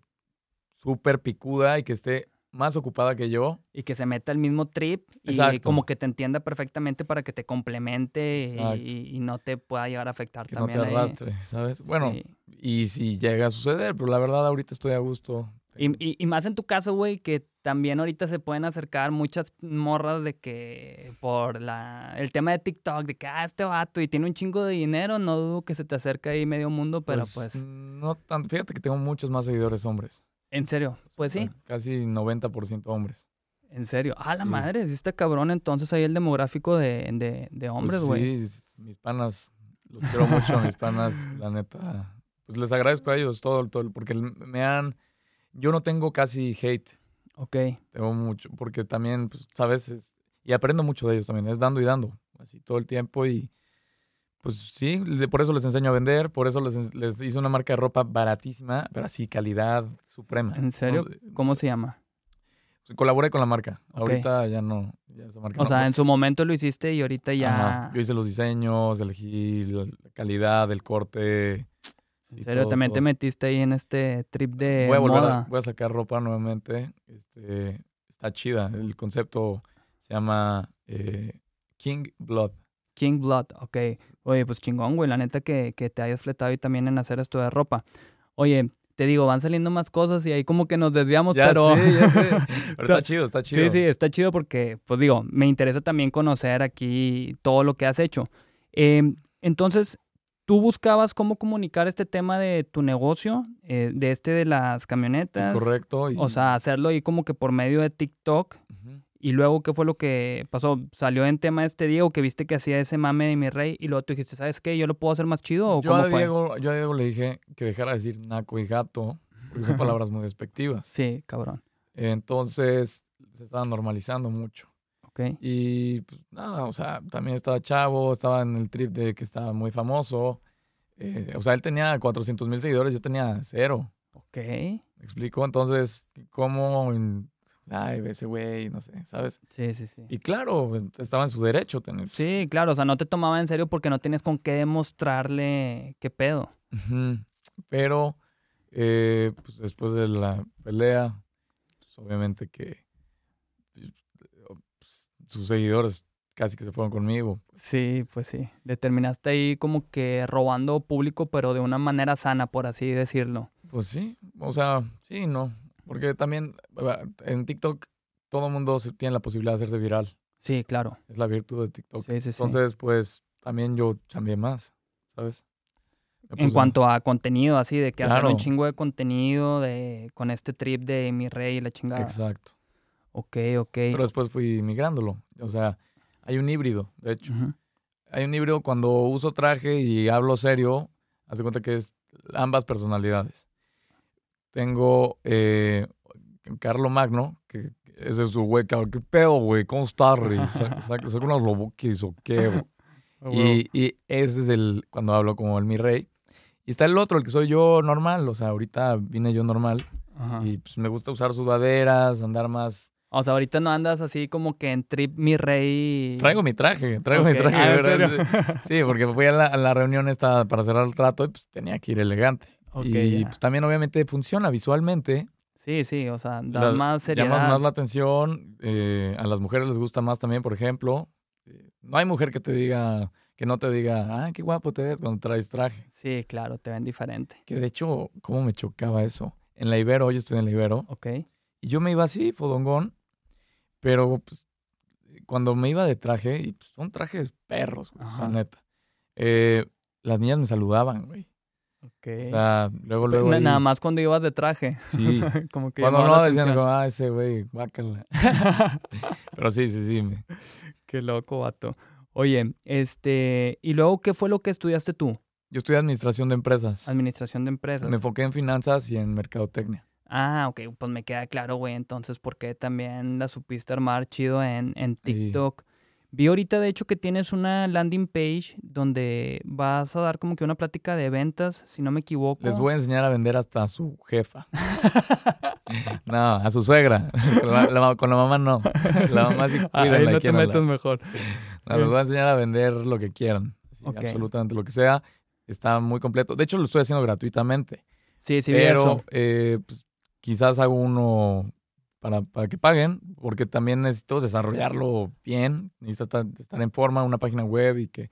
Speaker 2: súper picuda y que esté más ocupada que yo.
Speaker 1: Y que se meta el mismo trip y
Speaker 2: Exacto.
Speaker 1: como que te entienda perfectamente para que te complemente y-
Speaker 2: Exacto.
Speaker 1: y, y no te pueda llegar a afectar
Speaker 2: Que no te
Speaker 1: también ahí.
Speaker 2: arrastre, ¿sabes? Bueno,
Speaker 1: Sí.
Speaker 2: y si llega a suceder, pero la verdad ahorita estoy a gusto.
Speaker 1: Y, y- y más en tu caso, güey, que también ahorita se pueden acercar muchas morras de que por la el tema de TikTok, de que, ah, este vato y tiene un chingo de dinero, no dudo que se te acerque ahí medio mundo, pero pues,
Speaker 2: mm, No tan, fíjate que tengo muchos más seguidores hombres.
Speaker 1: en serio, pues sí,
Speaker 2: Casi 90% hombres.
Speaker 1: en serio. Ah, la
Speaker 2: Sí.
Speaker 1: madre, sí está cabrón entonces ahí el demográfico de, de- de hombres,
Speaker 2: Pues
Speaker 1: güey.
Speaker 2: sí, s- mis panas, los quiero mucho, mis panas, la neta. Pues les agradezco a ellos todo, todo, porque l- me han... Yo no tengo casi hate,
Speaker 1: Ok,
Speaker 2: tengo mucho, porque también, pues, sabes, es- y aprendo mucho de ellos también, es dando y dando, así todo el tiempo y Pues sí, le- por eso les enseño a vender, por eso les, les hice una marca de ropa baratísima, pero así calidad suprema.
Speaker 1: ¿En serio?
Speaker 2: No,
Speaker 1: ¿Cómo se llama?
Speaker 2: eh, Colaboré con la marca.
Speaker 1: Ok.
Speaker 2: Ahorita ya no, ya esa marca
Speaker 1: O
Speaker 2: no-
Speaker 1: sea, en su momento lo hiciste y ahorita ya...
Speaker 2: Ajá. Yo hice los diseños, elegí la la calidad, el corte.
Speaker 1: En
Speaker 2: sí,
Speaker 1: serio,
Speaker 2: todo,
Speaker 1: también te
Speaker 2: todo.
Speaker 1: metiste ahí en este trip de
Speaker 2: voy a volver a,
Speaker 1: moda.
Speaker 2: voy a sacar ropa nuevamente. Este, está chida. El concepto se llama eh, King Blood.
Speaker 1: King Blood, ok. Oye, pues chingón, güey, la neta que, que te hayas fletado y también en hacer esto de ropa. Oye, te digo, van saliendo más cosas y ahí como que nos desviamos,
Speaker 2: Ya
Speaker 1: pero...
Speaker 2: sé, ya sé. Pero está chido, está
Speaker 1: (laughs)
Speaker 2: chido.
Speaker 1: Sí, sí, está chido porque, pues digo, me interesa también conocer aquí todo lo que has hecho. Em, entonces, tú buscabas cómo comunicar este tema de tu negocio, eh, de este de las
Speaker 2: Es
Speaker 1: camionetas.
Speaker 2: correcto. y-
Speaker 1: O sea, hacerlo ahí como que por medio de TikTok.
Speaker 2: Ujú.
Speaker 1: Y luego, ¿qué fue lo que pasó? ¿Salió en tema este Diego que viste que hacía ese mame de mi rey? Y luego tú dijiste, ¿sabes qué? ¿Yo lo puedo hacer más chido? ¿O
Speaker 2: yo,
Speaker 1: cómo
Speaker 2: a
Speaker 1: fue?
Speaker 2: Diego, yo a Diego le dije que dejara de decir naco y gato, porque
Speaker 1: (laughs)
Speaker 2: son palabras muy despectivas.
Speaker 1: Sí, cabrón.
Speaker 2: Entonces, se estaba normalizando mucho.
Speaker 1: Ok.
Speaker 2: Y pues nada, o sea, también estaba chavo, estaba en el trip de que estaba muy famoso. Eh, o sea, él tenía 400 mil seguidores, yo tenía cero.
Speaker 1: Ok.
Speaker 2: ¿Me explico? Entonces, ¿cómo? en- Ay, ve ese güey, no sé, ¿sabes?
Speaker 1: Sí, sí, sí.
Speaker 2: Y claro, pues, estaba en su derecho tener.
Speaker 1: Sí, claro, o sea, no te tomaba en serio porque no tenías con qué demostrarle qué pedo.
Speaker 2: Ujú. Pero, eh, pues después de la pelea, pues, obviamente que pues, sus seguidores casi que se fueron conmigo.
Speaker 1: Sí, pues sí. Le terminaste ahí como que robando público, pero de una manera sana, por así decirlo.
Speaker 2: Pues sí, o sea, sí, no. Porque también va, en TikTok todo el mundo se- tiene la posibilidad de hacerse viral.
Speaker 1: Sí, claro.
Speaker 2: Es la virtud de TikTok.
Speaker 1: Sí, sí, sí.
Speaker 2: Entonces, pues también yo cambié más, ¿sabes? Me
Speaker 1: en
Speaker 2: puse-
Speaker 1: cuanto a contenido, así, de que hacer un
Speaker 2: pues Claro.
Speaker 1: chingo de contenido de con este trip de mi rey y la chingada.
Speaker 2: Exacto.
Speaker 1: Ok, ok.
Speaker 2: Pero después fui migrándolo. O sea, hay un híbrido, de hecho.
Speaker 1: Ujú.
Speaker 2: Hay un híbrido cuando uso traje y hablo serio, hace cuenta que es ambas personalidades. Tengo eh, Carlo Magno, que ese es su güey, cabrón, ¿Qué pedo, güey? ¿Cómo estás, rey? Sa- sa- ¿Saca unos loboquis o qué, güey?
Speaker 1: Oh,
Speaker 2: Y, y ese es el, cuando hablo como el mi rey. Y está el otro, el que soy yo normal. O sea, ahorita vine yo normal.
Speaker 1: Ajá.
Speaker 2: Y pues me gusta usar sudaderas, andar más.
Speaker 1: O sea, ahorita no andas así como que en trip mi rey.
Speaker 2: Traigo mi traje, traigo
Speaker 1: Ok.
Speaker 2: mi traje.
Speaker 1: Ah, ¿en
Speaker 2: de verdad.
Speaker 1: serio?
Speaker 2: Sí, porque fui a la, a la reunión esta para cerrar el trato y pues tenía que ir elegante.
Speaker 1: Ok,
Speaker 2: y
Speaker 1: ya.
Speaker 2: pues también obviamente funciona visualmente.
Speaker 1: Sí, sí, o sea, das
Speaker 2: La-
Speaker 1: más seriedad.
Speaker 2: Llamas más la atención. eh, a las mujeres les gusta más también, por ejemplo. Eh, No hay mujer que te diga, que no te diga, ah, qué guapo te ves cuando traes traje.
Speaker 1: Sí, claro, te ven diferente.
Speaker 2: Que de hecho, ¿cómo me chocaba eso? En la Ibero, yo estoy en la Ibero,
Speaker 1: Ok.
Speaker 2: y yo me iba así, fodongón, pero pues, cuando me iba de traje, y pues, son trajes perros, güey,
Speaker 1: Ajá.
Speaker 2: la neta. eh, las niñas me saludaban, güey.
Speaker 1: ok.
Speaker 2: O sea, luego,
Speaker 1: Pero
Speaker 2: luego.
Speaker 1: na-
Speaker 2: ahí-
Speaker 1: Nada más cuando ibas de traje. (laughs)
Speaker 2: Sí.
Speaker 1: como que
Speaker 2: Cuando
Speaker 1: llamaba
Speaker 2: no,
Speaker 1: la
Speaker 2: decían,
Speaker 1: atención.
Speaker 2: como, ah, ese güey,
Speaker 1: (laughs)
Speaker 2: guácala. Pero sí, sí, sí. me-
Speaker 1: Qué loco, vato. Oye, este, ¿y luego qué fue lo que estudiaste tú?
Speaker 2: Yo estudié administración de empresas.
Speaker 1: Administración de empresas.
Speaker 2: Me enfoqué en finanzas y en mercadotecnia.
Speaker 1: Ah, ok, pues me queda claro, güey. Entonces, ¿por qué también la supiste armar chido en, en
Speaker 2: Sí.
Speaker 1: TikTok? Vi ahorita, de hecho, que tienes una landing page donde vas a dar como que una plática de ventas, si no me equivoco.
Speaker 2: Les voy a enseñar a vender hasta a su jefa. (laughs) no, a su suegra. (laughs) Con la, la ma- con la mamá no. La
Speaker 1: (laughs)
Speaker 2: mamá sí
Speaker 1: Ah, ahí
Speaker 2: cuídenla y
Speaker 1: no te
Speaker 2: quiéranla.
Speaker 1: metas mejor.
Speaker 2: No, les voy a enseñar a vender lo que quieran. Sí,
Speaker 1: Ok.
Speaker 2: Absolutamente lo que sea. Está muy completo. De hecho, lo estoy haciendo gratuitamente.
Speaker 1: Sí, sí, vi
Speaker 2: pero
Speaker 1: eso.
Speaker 2: eh, pues, quizás hago uno para, para que paguen, porque también necesito desarrollarlo bien, necesito estar, estar en forma, una página web y que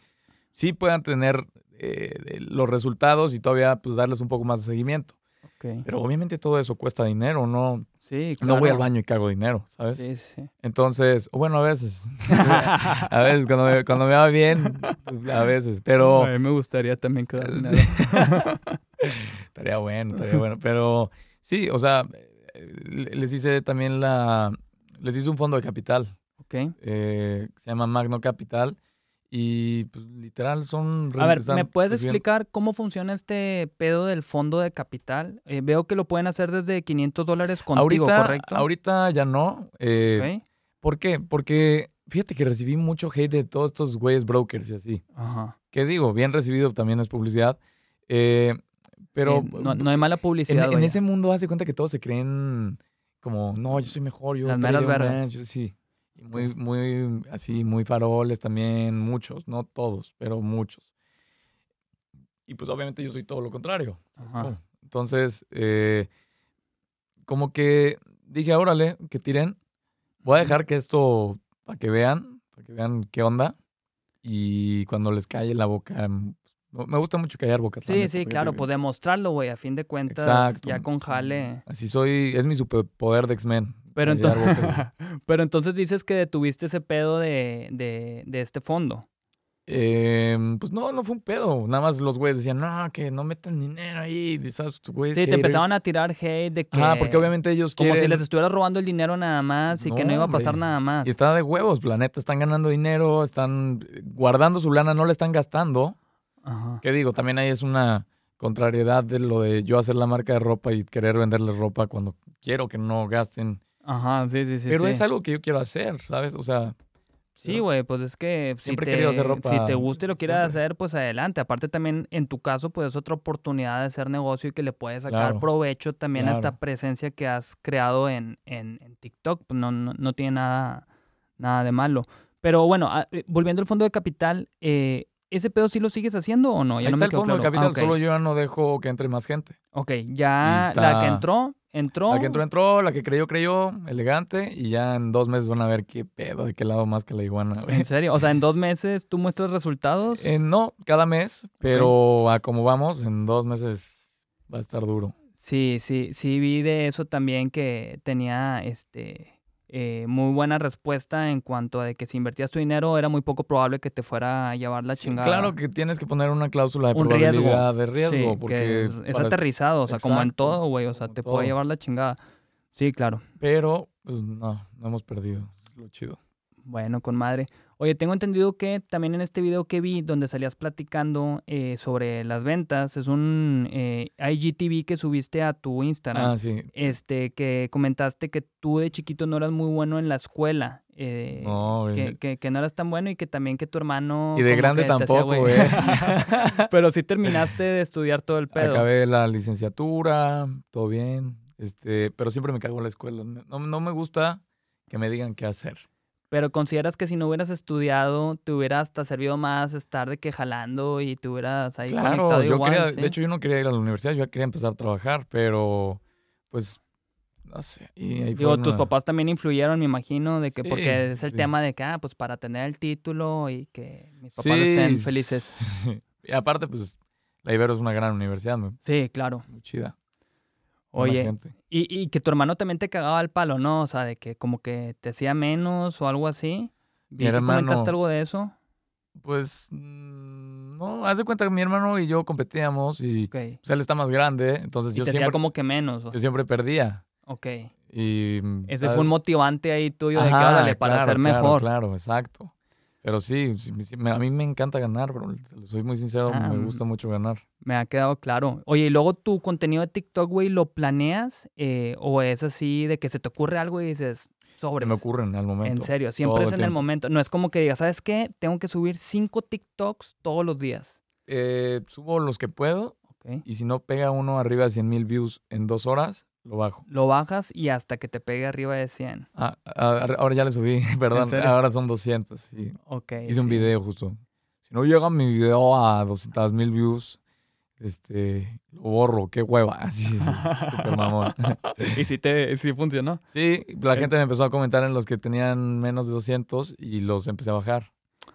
Speaker 2: sí puedan tener eh, los resultados y todavía pues darles un poco más de seguimiento.
Speaker 1: Ok.
Speaker 2: Pero obviamente todo eso cuesta dinero, no,
Speaker 1: Sí,
Speaker 2: no voy al
Speaker 1: claro.
Speaker 2: baño y cago dinero, ¿sabes?
Speaker 1: Sí, sí.
Speaker 2: Entonces, o bueno,
Speaker 1: (laughs)
Speaker 2: a veces, a veces cuando me, cuando me va bien, a veces, (laughs) pero...
Speaker 1: mí me gustaría también que
Speaker 2: Estaría bueno, estaría bueno. Pero sí, o sea, eh, le- les hice también la. Les hice un fondo de capital.
Speaker 1: (laughs) Ok.
Speaker 2: eh, que se llama Magno Capital. Y pues literal son.
Speaker 1: A ver,
Speaker 2: están
Speaker 1: ¿me puedes
Speaker 2: recibiendo-
Speaker 1: explicar cómo funciona este pedo del fondo de capital? Eh, veo que lo pueden hacer desde 500 dólares contigo,
Speaker 2: ahorita,
Speaker 1: ¿correcto?
Speaker 2: Ahorita ya no. eh,
Speaker 1: Ok.
Speaker 2: ¿Por qué? Porque fíjate que recibí mucho hate de todos estos güeyes brokers y así.
Speaker 1: Ajá.
Speaker 2: que digo, bien recibido también es publicidad. Eh, pero
Speaker 1: Sí, no, no hay mala
Speaker 2: en, e,
Speaker 1: publicidad.
Speaker 2: en
Speaker 1: vaya.
Speaker 2: ese mundo hace cuenta que todos se creen como, no, yo soy mejor, yo
Speaker 1: Las
Speaker 2: traía
Speaker 1: meras
Speaker 2: un
Speaker 1: vergas.
Speaker 2: ranch", yo- sí. Y Muy, muy, así, muy faroles también, muchos, no todos, pero muchos. Y pues obviamente yo soy todo lo contrario.
Speaker 1: Ajá.
Speaker 2: Oh, Entonces, eh, como que dije, órale, que tiren. Voy a dejar que esto, para que vean, para que vean qué onda. Y cuando les calle la boca, mm, no- me gusta mucho callar bocas. la
Speaker 1: Sí,
Speaker 2: neta,
Speaker 1: sí,
Speaker 2: fíjate
Speaker 1: claro,
Speaker 2: que-
Speaker 1: pues demostrarlo, güey, a fin de cuentas,
Speaker 2: Exacto.
Speaker 1: ya con jale.
Speaker 2: Así soy, es mi superpoder de X-Men.
Speaker 1: Pero,
Speaker 2: callar
Speaker 1: entonces, (laughs)
Speaker 2: bocas.
Speaker 1: pero entonces dices que detuviste ese pedo de, de, de este fondo.
Speaker 2: Eh, pues no, no fue un pedo. Nada más los güeyes decían, no, que no metan dinero ahí. de Esas güeyes
Speaker 1: Sí, te empezaron a tirar hate de que...
Speaker 2: Ah, porque obviamente ellos
Speaker 1: Como si
Speaker 2: quieren-
Speaker 1: les estuvieras robando el dinero nada más y que
Speaker 2: No,
Speaker 1: no iba a pasar
Speaker 2: hombre.
Speaker 1: nada más.
Speaker 2: Y está de huevos, planeta. Están ganando dinero, están guardando su lana, no la están gastando.
Speaker 1: Ajá.
Speaker 2: ¿Qué digo? También ahí es una contrariedad de lo de yo hacer la marca de ropa y querer venderles ropa cuando quiero que no gasten.
Speaker 1: Ajá, sí, sí, sí.
Speaker 2: Pero
Speaker 1: sí.
Speaker 2: es algo que yo quiero hacer, ¿sabes? O sea,
Speaker 1: Sí, güey, pues es que si
Speaker 2: Siempre he
Speaker 1: te,
Speaker 2: querido hacer ropa,
Speaker 1: si te gusta y lo quieras
Speaker 2: siempre.
Speaker 1: hacer, pues adelante. Aparte también, en tu caso, pues es otra oportunidad de hacer negocio y que le puedes sacar
Speaker 2: Claro.
Speaker 1: provecho también a esta
Speaker 2: Claro.
Speaker 1: presencia que has creado en, en- en TikTok. Pues no, no, no tiene nada, nada de malo. Pero bueno, a- eh, volviendo al fondo de capital, eh, ¿ese pedo sí lo sigues haciendo o no?
Speaker 2: ahí
Speaker 1: Ya no
Speaker 2: está
Speaker 1: me
Speaker 2: el
Speaker 1: quedó
Speaker 2: fondo del
Speaker 1: claro.
Speaker 2: capital.
Speaker 1: Ah, ok.
Speaker 2: Solo yo ya no dejo que entre más gente.
Speaker 1: Ok, ya
Speaker 2: Y
Speaker 1: la que
Speaker 2: está-
Speaker 1: entró, entró.
Speaker 2: La que entró, entró. La que creyó, creyó. Elegante. Y ya en dos meses van a ver qué pedo, de qué lado más que la iguana. güey.
Speaker 1: En serio, o sea, en dos meses tú muestras resultados.
Speaker 2: Eh, no, cada mes. Pero a como vamos, en dos meses va a estar duro.
Speaker 1: Sí, sí, sí vi de eso también que tenía este eh, muy buena respuesta en cuanto a de que si invertías tu dinero era muy poco probable que te fuera a llevar la
Speaker 2: Sí,
Speaker 1: chingada.
Speaker 2: Claro que tienes que poner una cláusula de
Speaker 1: Un riesgo.
Speaker 2: probabilidad de
Speaker 1: Sí,
Speaker 2: riesgo.
Speaker 1: que
Speaker 2: porque
Speaker 1: es- es
Speaker 2: para-
Speaker 1: aterrizado, o sea, como en
Speaker 2: Exacto,
Speaker 1: todo, güey, o sea,
Speaker 2: como
Speaker 1: te
Speaker 2: en
Speaker 1: puede
Speaker 2: todo.
Speaker 1: llevar la chingada. Sí, claro.
Speaker 2: Pero, pues no, no hemos perdido. Es lo chido.
Speaker 1: Bueno, con madre. Oye, tengo entendido que también en este video que vi donde salías platicando eh, sobre las ventas, es un eh, IGTV que subiste a tu Instagram.
Speaker 2: Ah, sí.
Speaker 1: este, que comentaste que tú de chiquito no eras muy bueno en la escuela. eh,
Speaker 2: No, güey.
Speaker 1: que, que- que no eras tan bueno y que también que tu hermano...
Speaker 2: Oh, Y de
Speaker 1: como
Speaker 2: grande
Speaker 1: que te hacía
Speaker 2: tampoco, ¿eh?
Speaker 1: güey.
Speaker 2: güey.
Speaker 1: (laughs) Pero sí terminaste de estudiar todo el pedo.
Speaker 2: (laughs) Acabé la licenciatura, todo bien. Este, pero siempre me cago en la escuela. No, no me gusta que me digan qué hacer.
Speaker 1: Pero consideras que si no hubieras estudiado, te hubiera hasta servido más estar de que jalando y te hubieras ahí
Speaker 2: Claro,
Speaker 1: conectado
Speaker 2: yo
Speaker 1: igual.
Speaker 2: quería,
Speaker 1: ¿sí?
Speaker 2: de hecho yo no quería ir a la universidad, yo ya quería empezar a trabajar, pero pues no sé. Y ahí fue
Speaker 1: Digo, tus
Speaker 2: una-
Speaker 1: papás también influyeron, me imagino, de que
Speaker 2: Sí,
Speaker 1: porque es el
Speaker 2: sí.
Speaker 1: tema de que, ah, pues para tener el título y que mis
Speaker 2: Sí,
Speaker 1: papás estén felices.
Speaker 2: (laughs) sí. Y aparte, pues, la Ibero es una gran universidad, muy
Speaker 1: Sí, claro.
Speaker 2: muy chida. buena
Speaker 1: Oye,
Speaker 2: gente.
Speaker 1: Y, y que tu hermano también te cagaba al palo, ¿no? O sea, de que como que te hacía menos o algo así.
Speaker 2: Mi
Speaker 1: ¿Y tú
Speaker 2: hermano-
Speaker 1: comentaste algo de eso?
Speaker 2: Pues, mm, no, haz de cuenta que mi hermano y yo competíamos y
Speaker 1: Ok. Y
Speaker 2: pues, él está más grande, entonces
Speaker 1: te
Speaker 2: yo
Speaker 1: hacía
Speaker 2: siempre,
Speaker 1: como que menos. o-
Speaker 2: yo siempre perdía.
Speaker 1: Ok.
Speaker 2: Y, mm,
Speaker 1: Ese
Speaker 2: ¿sabes?
Speaker 1: fue un motivante ahí tuyo de que
Speaker 2: Ajá,
Speaker 1: órale, para
Speaker 2: claro,
Speaker 1: ser
Speaker 2: claro,
Speaker 1: mejor.
Speaker 2: Claro, exacto. Pero sí, sí, sí, me- a mí me encanta ganar, bro. Soy muy sincero,
Speaker 1: Ah,
Speaker 2: me gusta mucho ganar.
Speaker 1: Me ha quedado claro. Oye, y luego tu contenido de TikTok, güey, ¿lo planeas? Eh, ¿O es así de que se te ocurre algo y dices, sobre?
Speaker 2: Se me ocurren al
Speaker 1: En
Speaker 2: momento.
Speaker 1: serio, siempre es
Speaker 2: todo el
Speaker 1: en el
Speaker 2: tiempo.
Speaker 1: momento. No es como que digas, ¿sabes qué? Tengo que subir cinco TikToks todos los días.
Speaker 2: Eh, subo los que puedo
Speaker 1: Ok.
Speaker 2: y si no pega uno arriba de 100 mil views en dos horas, lo bajo.
Speaker 1: Lo bajas y hasta que te pegue arriba de 100.
Speaker 2: Ah, ah, ahora ya le subí, (laughs) perdón.
Speaker 1: serio?
Speaker 2: Ahora son 200. sí.
Speaker 1: Ok.
Speaker 2: Hice un
Speaker 1: sí.
Speaker 2: video justo. Si no llega mi video a 200 mil views, este, lo borro. Qué hueva. (laughs) Así, sí, súper mamón.
Speaker 1: (laughs) y si te si funcionó.
Speaker 2: Sí, la gente me empezó a comentar en los que tenían menos de 200 y los empecé a bajar.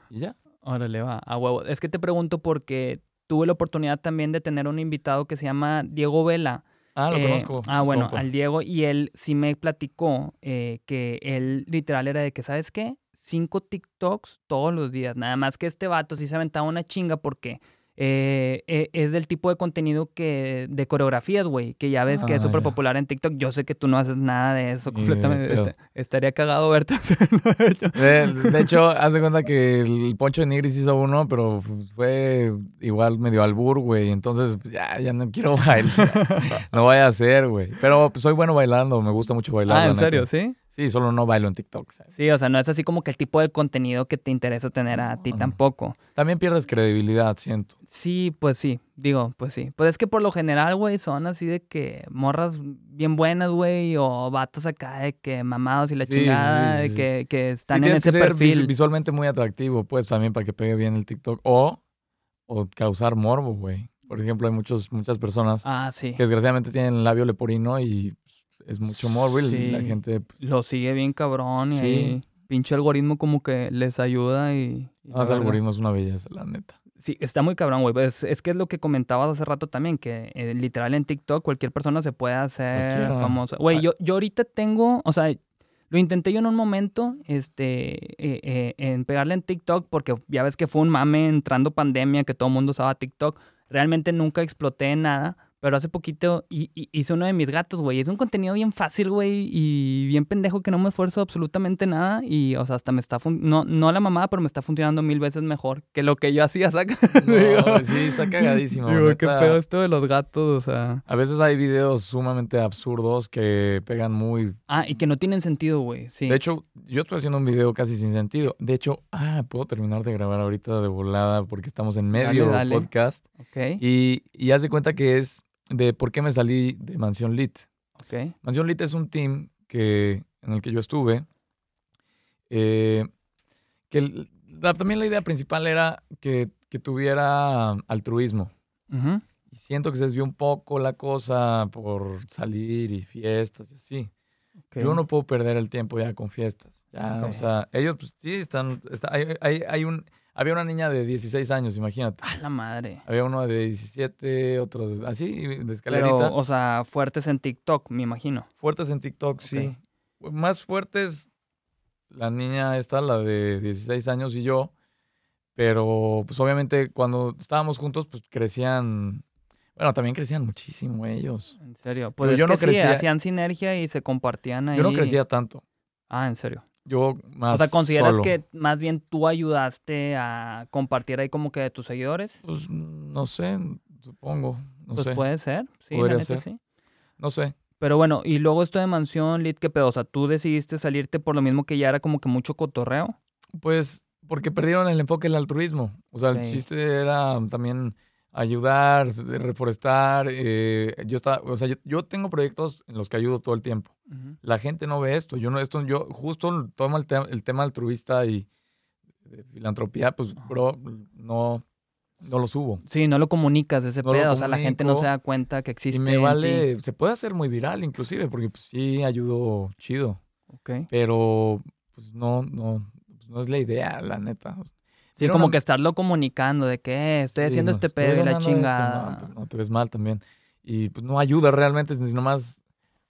Speaker 2: Y ya.
Speaker 1: Órale, va, a huevo. Es que te pregunto porque tuve la oportunidad también de tener un invitado que se llama Diego Vela.
Speaker 2: Ah, lo
Speaker 1: Eh,
Speaker 2: conozco.
Speaker 1: Ah,
Speaker 2: es
Speaker 1: bueno,
Speaker 2: compa.
Speaker 1: al Diego. Y él sí me platicó eh, que él literal era de que, ¿sabes qué? Cinco TikToks todos los días. Nada más que este vato sí se aventaba una chinga porque eh, e- es del tipo de contenido que de coreografías, güey, que ya ves que es
Speaker 2: Ah,
Speaker 1: súper
Speaker 2: ya.
Speaker 1: popular en TikTok. Yo sé que tú no haces nada de eso
Speaker 2: Ni de
Speaker 1: completamente.
Speaker 2: pedo.
Speaker 1: Est- estaría cagado verte (laughs) hacerlo, de hecho.
Speaker 2: De, de hecho, haz de cuenta que el Poncho de Nigris hizo uno, pero fue igual medio albur, güey. Entonces, pues, ya, ya no quiero (laughs) bailar. no vaya a hacer, güey. Pero pues, soy bueno bailando, me gusta mucho bailar.
Speaker 1: Ah,
Speaker 2: la
Speaker 1: ¿en
Speaker 2: neta.
Speaker 1: serio? ¿Sí?
Speaker 2: Sí, solo no bailo en TikTok. ¿sabes?
Speaker 1: Sí, o sea, no es así como que el tipo de contenido que te interesa tener a ti
Speaker 2: No.
Speaker 1: tampoco.
Speaker 2: También pierdes credibilidad, siento.
Speaker 1: Sí, pues sí, digo, pues sí. Pues es que por lo general, güey, son así de que morras bien buenas, güey, o vatos acá de que mamados y la
Speaker 2: Sí, sí,
Speaker 1: chingada,
Speaker 2: sí,
Speaker 1: de
Speaker 2: sí.
Speaker 1: que, que
Speaker 2: Sí,
Speaker 1: están en
Speaker 2: tienes que
Speaker 1: ese
Speaker 2: ser vis-
Speaker 1: perfil.
Speaker 2: visualmente muy atractivo, pues, también para que pegue bien el TikTok. O, o causar morbo, güey. Por ejemplo, hay muchos, muchas personas
Speaker 1: Ah, sí.
Speaker 2: que desgraciadamente tienen labio leporino y es mucho morbo y
Speaker 1: Sí.
Speaker 2: la gente... pues,
Speaker 1: Lo sigue bien cabrón y
Speaker 2: Sí.
Speaker 1: ahí pinche algoritmo como que les ayuda y... y la
Speaker 2: no, ese
Speaker 1: verga.
Speaker 2: algoritmo es una belleza,
Speaker 1: (laughs)
Speaker 2: la neta.
Speaker 1: Sí, está muy cabrón, güey. Pues, es que es lo que comentabas hace rato también, que eh, literal en TikTok cualquier persona se puede hacer
Speaker 2: Cualquiera.
Speaker 1: famosa. Güey,
Speaker 2: Ay.
Speaker 1: yo, yo ahorita tengo, o sea, lo intenté yo en un momento, este, eh, eh, en pegarle en TikTok, porque ya ves que fue un mame entrando pandemia, que todo el mundo usaba TikTok. Realmente nunca exploté en nada, pero hace poquito hi- hi- hice uno de mis gatos, güey. Es un contenido bien fácil, güey, y bien pendejo que no me esfuerzo absolutamente nada. Y, o sea, hasta me está, fun- no, no la mamada, pero me está funcionando mil veces mejor que lo que yo hacía, saca.
Speaker 2: No,
Speaker 1: Digo-
Speaker 2: sí, está (laughs) cagadísimo.
Speaker 1: Digo, qué
Speaker 2: neta.
Speaker 1: pedo esto de los gatos, o sea.
Speaker 2: A veces hay videos sumamente absurdos que pegan muy...
Speaker 1: Ah, y que no tienen sentido, güey. Sí.
Speaker 2: De hecho, yo estoy haciendo un video casi sin sentido. De hecho, ah, puedo terminar de grabar ahorita de volada porque estamos en medio del
Speaker 1: dale.
Speaker 2: podcast.
Speaker 1: ok,
Speaker 2: Y, y haz de cuenta que es de por qué me salí de Mansión Lit.
Speaker 1: ok.
Speaker 2: Mansión Lit es un team que, en el que yo estuve. eh, que el- la- también la idea principal era que, que tuviera um, altruismo.
Speaker 1: Ujú.
Speaker 2: Y siento que se desvió un poco la cosa por salir y fiestas y así.
Speaker 1: Ok.
Speaker 2: Yo no puedo perder el tiempo ya con fiestas. Ya,
Speaker 1: Ok.
Speaker 2: O sea, ellos pues, sí están. está- hay, hay- hay un, había una niña de 16 años, imagínate.
Speaker 1: A la madre.
Speaker 2: Había uno de 17, otro de- así, de escalerita.
Speaker 1: Pero, o sea, fuertes en TikTok, me imagino.
Speaker 2: Fuertes en TikTok, sí. Más fuertes la niña esta, la de 16 años y yo. Pero, pues obviamente, cuando estábamos juntos, pues crecían. Bueno, también crecían muchísimo ellos.
Speaker 1: En serio. Pues
Speaker 2: Digo,
Speaker 1: es
Speaker 2: yo
Speaker 1: que
Speaker 2: no
Speaker 1: sí,
Speaker 2: crecía-
Speaker 1: hacían sinergia y se compartían ahí.
Speaker 2: Yo no crecía tanto.
Speaker 1: Ah, en serio.
Speaker 2: Yo más.
Speaker 1: o sea, ¿consideras
Speaker 2: Ah, solo.
Speaker 1: que más bien tú ayudaste a compartir ahí como que de tus seguidores?
Speaker 2: Pues no sé, supongo. No
Speaker 1: pues
Speaker 2: sé.
Speaker 1: puede ser. Sí, la
Speaker 2: Podría
Speaker 1: neta
Speaker 2: ser.
Speaker 1: sí.
Speaker 2: No sé.
Speaker 1: Pero bueno, y luego esto de mansión, Lid, ¿qué pedo? O sea, tú decidiste salirte por lo mismo que ya era como que mucho cotorreo.
Speaker 2: Pues porque perdieron el enfoque del altruismo. O sea,
Speaker 1: Ok.
Speaker 2: el chiste era también ayudar, reforestar. eh, yo estaba, o sea, yo, yo tengo proyectos en los que ayudo todo el tiempo. La gente no ve esto. Yo no, esto, yo justo tomo el, te- el tema altruista y de filantropía, pues,
Speaker 1: Ajá.
Speaker 2: bro, no, no lo subo.
Speaker 1: Sí, no lo comunicas ese
Speaker 2: No lo
Speaker 1: pedo. O sea, la gente no se
Speaker 2: comunico.
Speaker 1: da cuenta que existe.
Speaker 2: Y me
Speaker 1: en ti.
Speaker 2: vale, se puede hacer muy viral inclusive, porque pues, sí ayudo chido.
Speaker 1: Ok.
Speaker 2: Pero pues no, no, pues, no es la idea, la neta. O sea,
Speaker 1: Sí,
Speaker 2: era
Speaker 1: como
Speaker 2: una-
Speaker 1: que estarlo comunicando de que eh, estoy
Speaker 2: Sí,
Speaker 1: haciendo
Speaker 2: no,
Speaker 1: este
Speaker 2: estoy
Speaker 1: pedo y la
Speaker 2: donando esto, no,
Speaker 1: chingada.
Speaker 2: pues, no, te ves mal también. Y pues no ayuda realmente, sino más...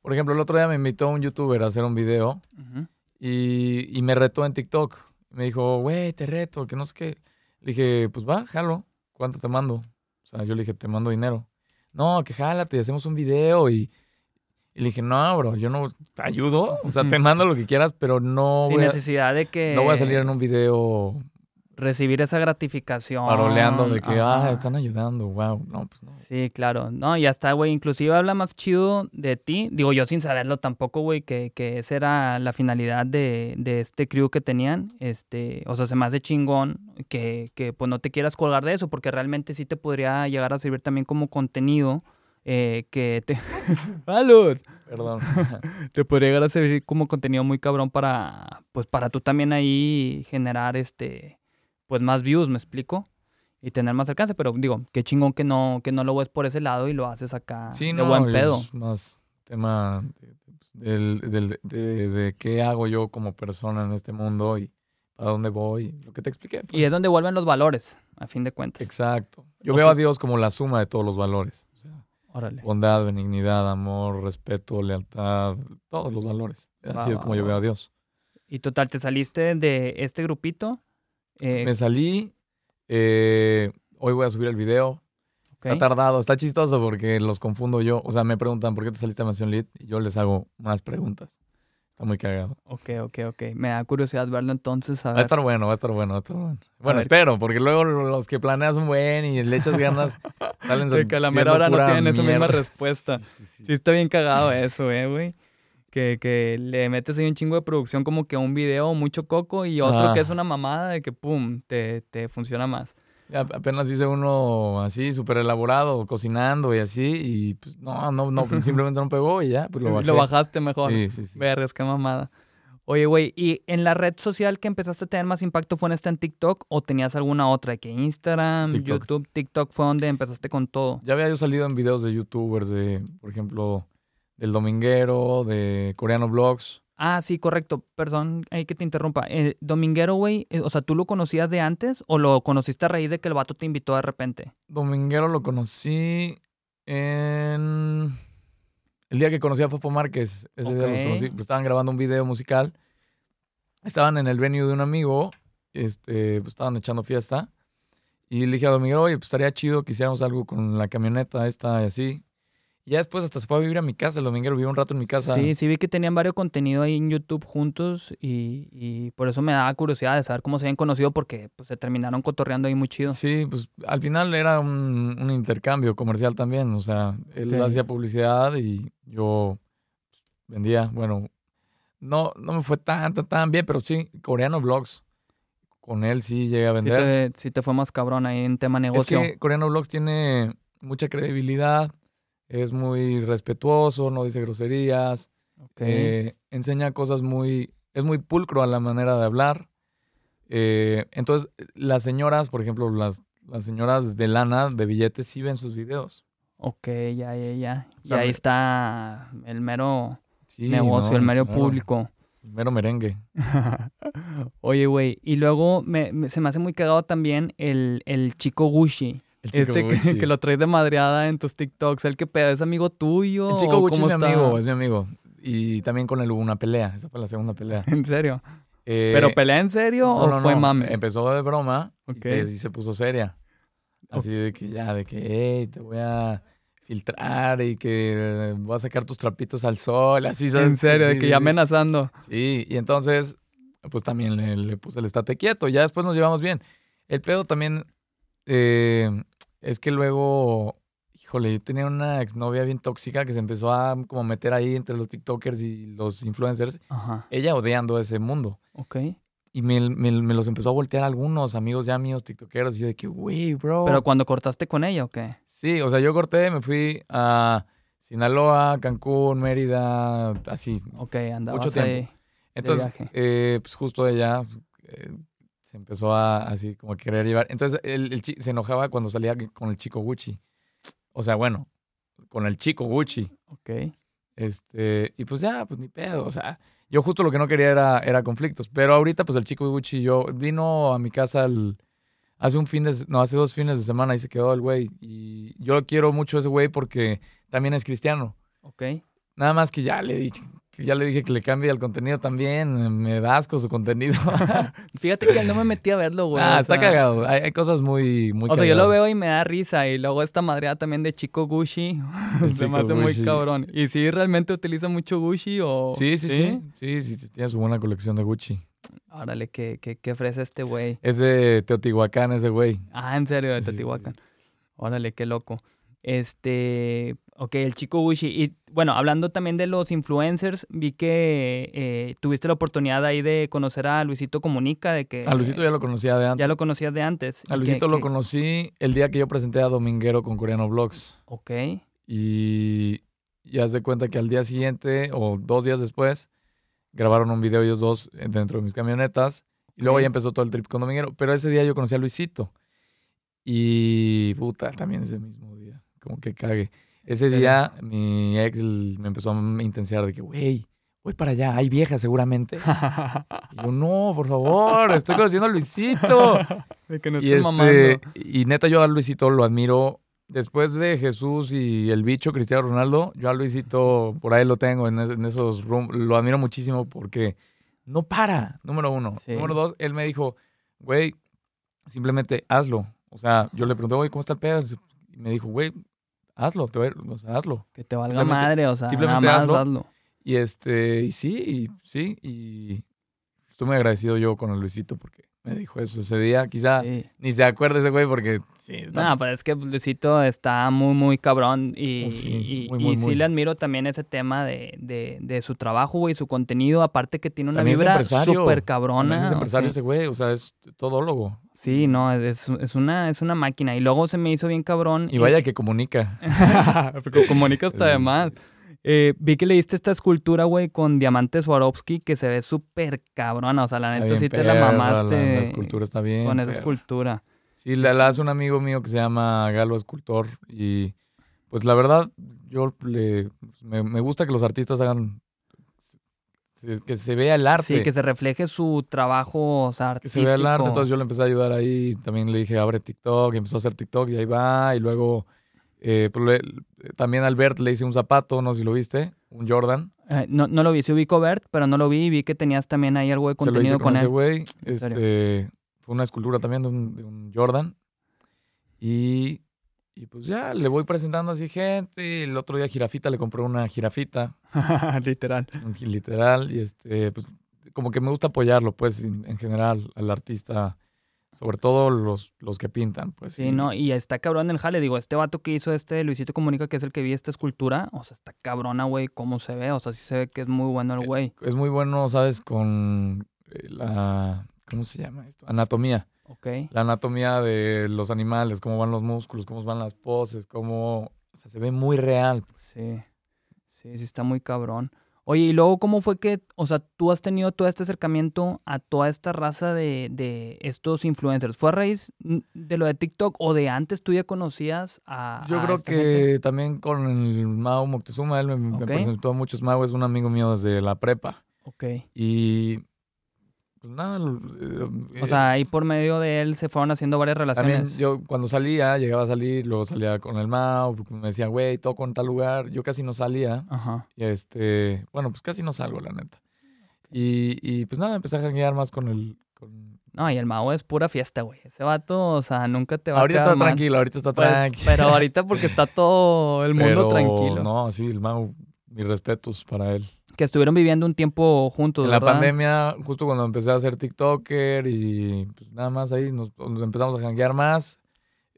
Speaker 2: Por ejemplo, el otro día me invitó un youtuber a hacer un video
Speaker 1: Ujú.
Speaker 2: y, y me retó en TikTok. Me dijo, güey, te reto, que no sé qué. Le dije, pues va, jalo. ¿Cuánto te mando? O sea, yo le dije, te mando dinero. No, que jálate, hacemos un video y... Y le dije, no, bro, yo no te ayudo. O sea, te mando lo que quieras, pero no,
Speaker 1: Sin
Speaker 2: voy a,
Speaker 1: necesidad de que
Speaker 2: no voy a salir en un video
Speaker 1: recibir esa gratificación.
Speaker 2: paroleando de que, ah,
Speaker 1: Ajá.
Speaker 2: están ayudando, wow. No, pues no.
Speaker 1: Sí, claro. No, ya está, güey. Inclusive habla más chido de ti. Digo, yo sin saberlo tampoco, güey, que, que esa era la finalidad de, de este crew que tenían. Este, o sea, se me hace chingón que, que pues no te quieras colgar de eso, porque realmente sí te podría llegar a servir también como contenido eh, que te... ¡Salud! (laughs)
Speaker 2: Perdón.
Speaker 1: te podría llegar a servir como contenido muy cabrón para, pues para tú también ahí generar este, pues más views, ¿me explico? Y tener más alcance, pero digo, qué chingón que no, que no lo ves por ese lado y lo haces acá
Speaker 2: Sí,
Speaker 1: de
Speaker 2: no,
Speaker 1: buen pedo.
Speaker 2: es más tema de- del- del- de, de qué hago yo como persona en este mundo y a dónde voy, lo que te expliqué. pues.
Speaker 1: Y es donde vuelven los valores, a fin de cuentas.
Speaker 2: Exacto. Yo
Speaker 1: Ok.
Speaker 2: veo a Dios como la suma de todos los valores. O sea,
Speaker 1: Órale.
Speaker 2: bondad, benignidad, amor, respeto, lealtad, todos los valores.
Speaker 1: Va,
Speaker 2: Así es
Speaker 1: va,
Speaker 2: como yo
Speaker 1: va.
Speaker 2: veo a Dios.
Speaker 1: Y total, te saliste de este grupito. Eh,
Speaker 2: Me salí, eh, hoy voy a subir el video,
Speaker 1: ok.
Speaker 2: Está tardado, está chistoso porque los confundo yo. O sea, me preguntan por qué te saliste a Mansión Lead y yo les hago más preguntas. Está muy cagado.
Speaker 1: ok, ok, ok. Me da curiosidad verlo entonces. A
Speaker 2: Va a
Speaker 1: ver.
Speaker 2: estar bueno, va a estar bueno, va a estar bueno. Bueno,
Speaker 1: ver.
Speaker 2: espero, porque luego los que planeas un buen y le
Speaker 1: (laughs)
Speaker 2: echas ganas salen
Speaker 1: De que a la
Speaker 2: siendo
Speaker 1: mera hora no
Speaker 2: pura
Speaker 1: tienen esa misma
Speaker 2: mierda.
Speaker 1: respuesta.
Speaker 2: Sí, sí, sí.
Speaker 1: Sí, está bien cagado eso, eh, güey. Que, que le metes ahí un chingo de producción como que a un video, mucho coco, y otro
Speaker 2: Ah.
Speaker 1: que es una mamada de que pum, te, te funciona más.
Speaker 2: Ya apenas hice uno así, súper elaborado, cocinando y así, y pues no, no,
Speaker 1: (laughs)
Speaker 2: no, simplemente no pegó y ya, pues lo
Speaker 1: Lo,
Speaker 2: bajé.
Speaker 1: bajaste mejor.
Speaker 2: Sí, sí, sí.
Speaker 1: Vergas, qué mamada. Oye, güey, ¿y en la red social que empezaste a tener más impacto fue en esta en TikTok o tenías alguna otra? ¿De que Instagram,
Speaker 2: TikTok.
Speaker 1: YouTube, TikTok fue donde empezaste con todo?
Speaker 2: Ya había yo salido en videos de youtubers, de, por ejemplo, del Dominguero, de Coreano Blogs.
Speaker 1: Ah, sí, correcto. Perdón, ahí que te interrumpa. Eh, Dominguero, güey, eh, o sea, ¿tú lo conocías de antes o lo conociste a raíz de que el vato te invitó de repente?
Speaker 2: Dominguero lo conocí en... El día que conocí a Fofo Márquez, ese día los
Speaker 1: Ok.
Speaker 2: conocí, pues, estaban grabando un video musical. Estaban en el venue de un amigo, este, pues, estaban echando fiesta. Y le dije a Dominguero, oye, pues estaría chido que hiciéramos algo con la camioneta esta y así. Y ya después hasta se fue a vivir a mi casa, el Dominguero vivió un rato en mi casa.
Speaker 1: Sí, sí, vi que tenían varios contenido ahí en YouTube juntos y, y por eso me daba curiosidad de saber cómo se habían conocido porque pues, se terminaron cotorreando ahí muy chido.
Speaker 2: Sí, pues al final era un, un intercambio comercial también. O sea, él
Speaker 1: Ok.
Speaker 2: hacía publicidad y yo vendía. Bueno, no, no me fue tan, tan, tan bien, pero sí, Coreano Blogs. Con él sí llegué a
Speaker 1: Sí
Speaker 2: vender.
Speaker 1: te, sí te fue más cabrón ahí en tema
Speaker 2: es
Speaker 1: negocio.
Speaker 2: que Coreano Blogs tiene mucha credibilidad, es muy respetuoso, no dice groserías,
Speaker 1: Ok.
Speaker 2: eh, enseña cosas muy... Es muy pulcro a la manera de hablar. Eh, entonces, las señoras, por ejemplo, las, las señoras de lana, de billetes, sí ven sus videos.
Speaker 1: Ok, ya, ya, ya.
Speaker 2: O sea,
Speaker 1: y ahí
Speaker 2: me-
Speaker 1: está el mero
Speaker 2: Sí,
Speaker 1: negocio,
Speaker 2: no,
Speaker 1: el mero
Speaker 2: claro,
Speaker 1: público.
Speaker 2: El mero merengue.
Speaker 1: Oye, güey, y luego me- me- se me hace muy cagado también el, el chico Gucci.
Speaker 2: El
Speaker 1: este (laughs) que- que, lo traes de madreada en tus TikToks, el que peda es amigo tuyo.
Speaker 2: El chico
Speaker 1: o
Speaker 2: Gucci es
Speaker 1: cómo
Speaker 2: mi
Speaker 1: está?
Speaker 2: amigo, es mi amigo. Y también con él hubo una pelea. Esa fue la segunda pelea.
Speaker 1: (laughs) En serio.
Speaker 2: Eh,
Speaker 1: ¿Pero pelea en serio
Speaker 2: no,
Speaker 1: o
Speaker 2: no,
Speaker 1: fue
Speaker 2: no,
Speaker 1: mame?
Speaker 2: Empezó de broma
Speaker 1: Ok.
Speaker 2: y, se, y se puso seria. Así de que ya, de que, hey, te voy a filtrar y que eh, voy a sacar tus trapitos al sol. Así, ¿sabes?
Speaker 1: en serio, de
Speaker 2: Sí,
Speaker 1: que
Speaker 2: sí,
Speaker 1: ya
Speaker 2: sí.
Speaker 1: amenazando.
Speaker 2: Sí, y entonces, pues también le, le puse el estate quieto. Ya después nos llevamos bien. El pedo también eh, es que luego, híjole, yo tenía una exnovia bien tóxica que se empezó a como meter ahí entre los TikTokers y los influencers.
Speaker 1: Ajá,
Speaker 2: Ella odiando ese mundo.
Speaker 1: ok.
Speaker 2: Y me, me- me los empezó a voltear algunos amigos ya míos tiktokeros. Y yo de que, güey, bro.
Speaker 1: ¿Pero cuando cortaste con ella o qué?
Speaker 2: sí, o sea, yo corté, me fui a Sinaloa, Cancún, Mérida, así,
Speaker 1: Ok, andabas
Speaker 2: Mucho tiempo.
Speaker 1: ahí.
Speaker 2: Entonces,
Speaker 1: viaje.
Speaker 2: eh, pues justo ella eh, se empezó a así como a querer llevar. Entonces, el, el chi- se enojaba cuando salía con el chico Gucci. O sea, bueno, con el chico Gucci.
Speaker 1: Ok.
Speaker 2: Este, y pues ya, pues ni pedo. O sea, yo justo lo que no quería era, era conflictos. Pero ahorita, pues el chico Gucci, yo vino a mi casa el- hace un fin de, se- no, hace dos fines de semana y se quedó el güey. Y yo lo quiero mucho a ese güey porque también es cristiano.
Speaker 1: Ok.
Speaker 2: Nada más que ya le dije, que ya le dije que le cambie el contenido también. Me da asco su contenido. (laughs)
Speaker 1: Fíjate que no me metí a verlo, güey.
Speaker 2: ah,
Speaker 1: o
Speaker 2: está
Speaker 1: sea,
Speaker 2: cagado. Hay, hay cosas muy, muy
Speaker 1: Pues, O sea, yo lo
Speaker 2: cagadas.
Speaker 1: veo y me da risa. Y luego esta madreada también de chico Gucci. (laughs)
Speaker 2: El
Speaker 1: se me
Speaker 2: chico
Speaker 1: hace muy
Speaker 2: Gucci.
Speaker 1: cabrón. ¿Y si realmente utiliza mucho Gucci o...?
Speaker 2: Sí, sí, sí. Sí, sí, sí, tiene su buena colección de Gucci.
Speaker 1: Árale, qué, qué, qué fresa este güey.
Speaker 2: Es de Teotihuacán ese güey.
Speaker 1: Ah, en serio, de
Speaker 2: Sí, sí, sí.
Speaker 1: Teotihuacán. Órale, qué loco. Este, ok, el chico Gucci. Y bueno, hablando también de los influencers, vi que eh, tuviste la oportunidad ahí de conocer a Luisito Comunica, de que...
Speaker 2: A Luisito ya lo conocía de
Speaker 1: ya
Speaker 2: antes.
Speaker 1: lo conocías de antes.
Speaker 2: A
Speaker 1: y que-
Speaker 2: Luisito lo
Speaker 1: que-
Speaker 2: conocí el día que yo presenté a Dominguero con Coreano Vlogs.
Speaker 1: Ok,
Speaker 2: Y, y haz de cuenta que al día siguiente o dos días después grabaron un video ellos dos eh, dentro de mis camionetas. Y luego
Speaker 1: Ok.
Speaker 2: ya empezó todo el trip con Dominguero. Pero ese día yo conocí a Luisito. Y puta, también ese mismo día. Como que cague. Ese
Speaker 1: serio?
Speaker 2: día mi ex l- me empezó a m- intensiar de que, güey, voy para allá. Hay viejas seguramente. Y yo, no, por favor, estoy conociendo a Luisito.
Speaker 1: De que no
Speaker 2: y,
Speaker 1: estés mamando.
Speaker 2: este, y neta, yo a Luisito lo admiro. Después de Jesús y el bicho Cristiano Ronaldo, yo a Luisito por ahí lo tengo en, es- en esos rum- Lo admiro muchísimo porque no para, número uno.
Speaker 1: Sí.
Speaker 2: Número dos, él me dijo, güey, simplemente hazlo. O sea, yo le pregunté, güey, ¿cómo está el pedo? Y me dijo, güey, hazlo, te voy a- o sea, hazlo.
Speaker 1: Que te valga
Speaker 2: Simplemente-
Speaker 1: madre, o sea, nada
Speaker 2: simplemente
Speaker 1: más hazlo.
Speaker 2: hazlo. Y este, y sí, y sí, y estoy muy agradecido yo con el Luisito porque me dijo eso ese día. Quizá
Speaker 1: Sí.
Speaker 2: ni se acuerde ese güey porque Sí,
Speaker 1: No, pues es que Luisito está muy, muy cabrón y,
Speaker 2: Oh, sí,
Speaker 1: y-
Speaker 2: muy,
Speaker 1: y
Speaker 2: muy,
Speaker 1: sí
Speaker 2: muy.
Speaker 1: le admiro también ese tema de, de- de su trabajo, güey, su contenido, aparte que tiene una
Speaker 2: También es
Speaker 1: vibra
Speaker 2: empresario.
Speaker 1: súper
Speaker 2: también
Speaker 1: cabrona.
Speaker 2: es
Speaker 1: o
Speaker 2: empresario
Speaker 1: sea,
Speaker 2: ese güey, o sea, es todólogo.
Speaker 1: sí, no, es, es una, es una máquina y luego se me hizo bien cabrón.
Speaker 2: Y vaya
Speaker 1: (laughs)
Speaker 2: que comunica.
Speaker 1: Porque comunica
Speaker 2: (laughs)
Speaker 1: hasta de más. Eh, vi que le diste esta escultura, güey, con diamantes Swarovski que se ve súper cabrona. O sea, la
Speaker 2: Está
Speaker 1: neta
Speaker 2: bien
Speaker 1: Ah, sí te la
Speaker 2: perra,
Speaker 1: mamaste
Speaker 2: La, la escultura está bien.
Speaker 1: con esa
Speaker 2: perra.
Speaker 1: escultura.
Speaker 2: Sí, la, la hace un amigo mío que se llama Galo Escultor. Y pues la verdad, yo le, me, me gusta que los artistas hagan se- que se vea el arte.
Speaker 1: Sí, que se refleje su trabajo, o sea,
Speaker 2: que
Speaker 1: artístico.
Speaker 2: se vea el arte. Entonces yo le empecé a ayudar ahí. También le dije, abre TikTok. Y empezó a hacer TikTok y ahí va. Y luego eh, pues, le- también a Albert le hice un zapato, no sé si lo viste, un Jordan.
Speaker 1: Eh, no, no lo vi, sí ubico Bert, pero no lo vi y vi que tenías también ahí algo de
Speaker 2: Se lo hice
Speaker 1: contenido con,
Speaker 2: ese
Speaker 1: él.
Speaker 2: güey.
Speaker 1: ¿En serio?
Speaker 2: Este, fue una escultura también de un, de un Jordan. Y, y pues ya, le voy presentando así gente. El otro día Jirafita le compré una jirafita, (laughs)
Speaker 1: Literal.
Speaker 2: un ji- literal. Y este, pues como que me gusta apoyarlo, pues, en, en general, al artista. Sobre todo los, los que pintan, pues.
Speaker 1: Sí, no, y está cabrón el jale. Digo, este vato que hizo este Luisito Comunica, que es el que vi esta escultura, o sea, está cabrona, güey, cómo se ve. O sea, sí se ve que es muy
Speaker 2: Eh,
Speaker 1: bueno el güey.
Speaker 2: Es muy bueno, ¿sabes? Con eh, la... ¿Cómo se llama esto? Anatomía.
Speaker 1: Ok.
Speaker 2: la anatomía de los animales, cómo van los músculos, cómo van las poses, cómo... O sea, se ve muy real.
Speaker 1: Sí, sí, sí está muy cabrón. Oye, y luego, ¿cómo fue que, o sea, tú has tenido todo este acercamiento a toda esta raza de, de estos influencers? ¿Fue a raíz mm, de lo de TikTok o de antes tú ya conocías a...
Speaker 2: Yo
Speaker 1: a
Speaker 2: creo
Speaker 1: esta
Speaker 2: que
Speaker 1: gente?
Speaker 2: también con el Mao Moctezuma, él me, me
Speaker 1: Ok.
Speaker 2: presentó a muchos Mao, es un amigo mío desde la prepa.
Speaker 1: Ok.
Speaker 2: Y... Pues nada, eh,
Speaker 1: O sea, ahí por medio de él se fueron haciendo varias
Speaker 2: También
Speaker 1: relaciones.
Speaker 2: yo cuando salía, llegaba a salir, luego salía con el Mao, porque me decía, güey, toco en tal lugar. Yo casi no salía.
Speaker 1: Ajá.
Speaker 2: Y este, bueno, pues casi no salgo, la neta. Y, y pues nada, empecé a janguear más con el... Con...
Speaker 1: No, y el Mao es pura fiesta, güey. Ese vato, o sea, nunca te va
Speaker 2: Ahorita
Speaker 1: a quedar
Speaker 2: está
Speaker 1: mal.
Speaker 2: tranquilo, ahorita está
Speaker 1: Pues,
Speaker 2: tranquilo.
Speaker 1: pero (laughs) ahorita porque está todo el mundo
Speaker 2: (laughs) Pero
Speaker 1: tranquilo.
Speaker 2: No, sí, el Mau, mis respetos para él.
Speaker 1: Que estuvieron viviendo un tiempo juntos,
Speaker 2: En la
Speaker 1: ¿verdad?
Speaker 2: pandemia, justo cuando empecé a ser TikToker y pues, nada más ahí nos, nos empezamos a janguear más.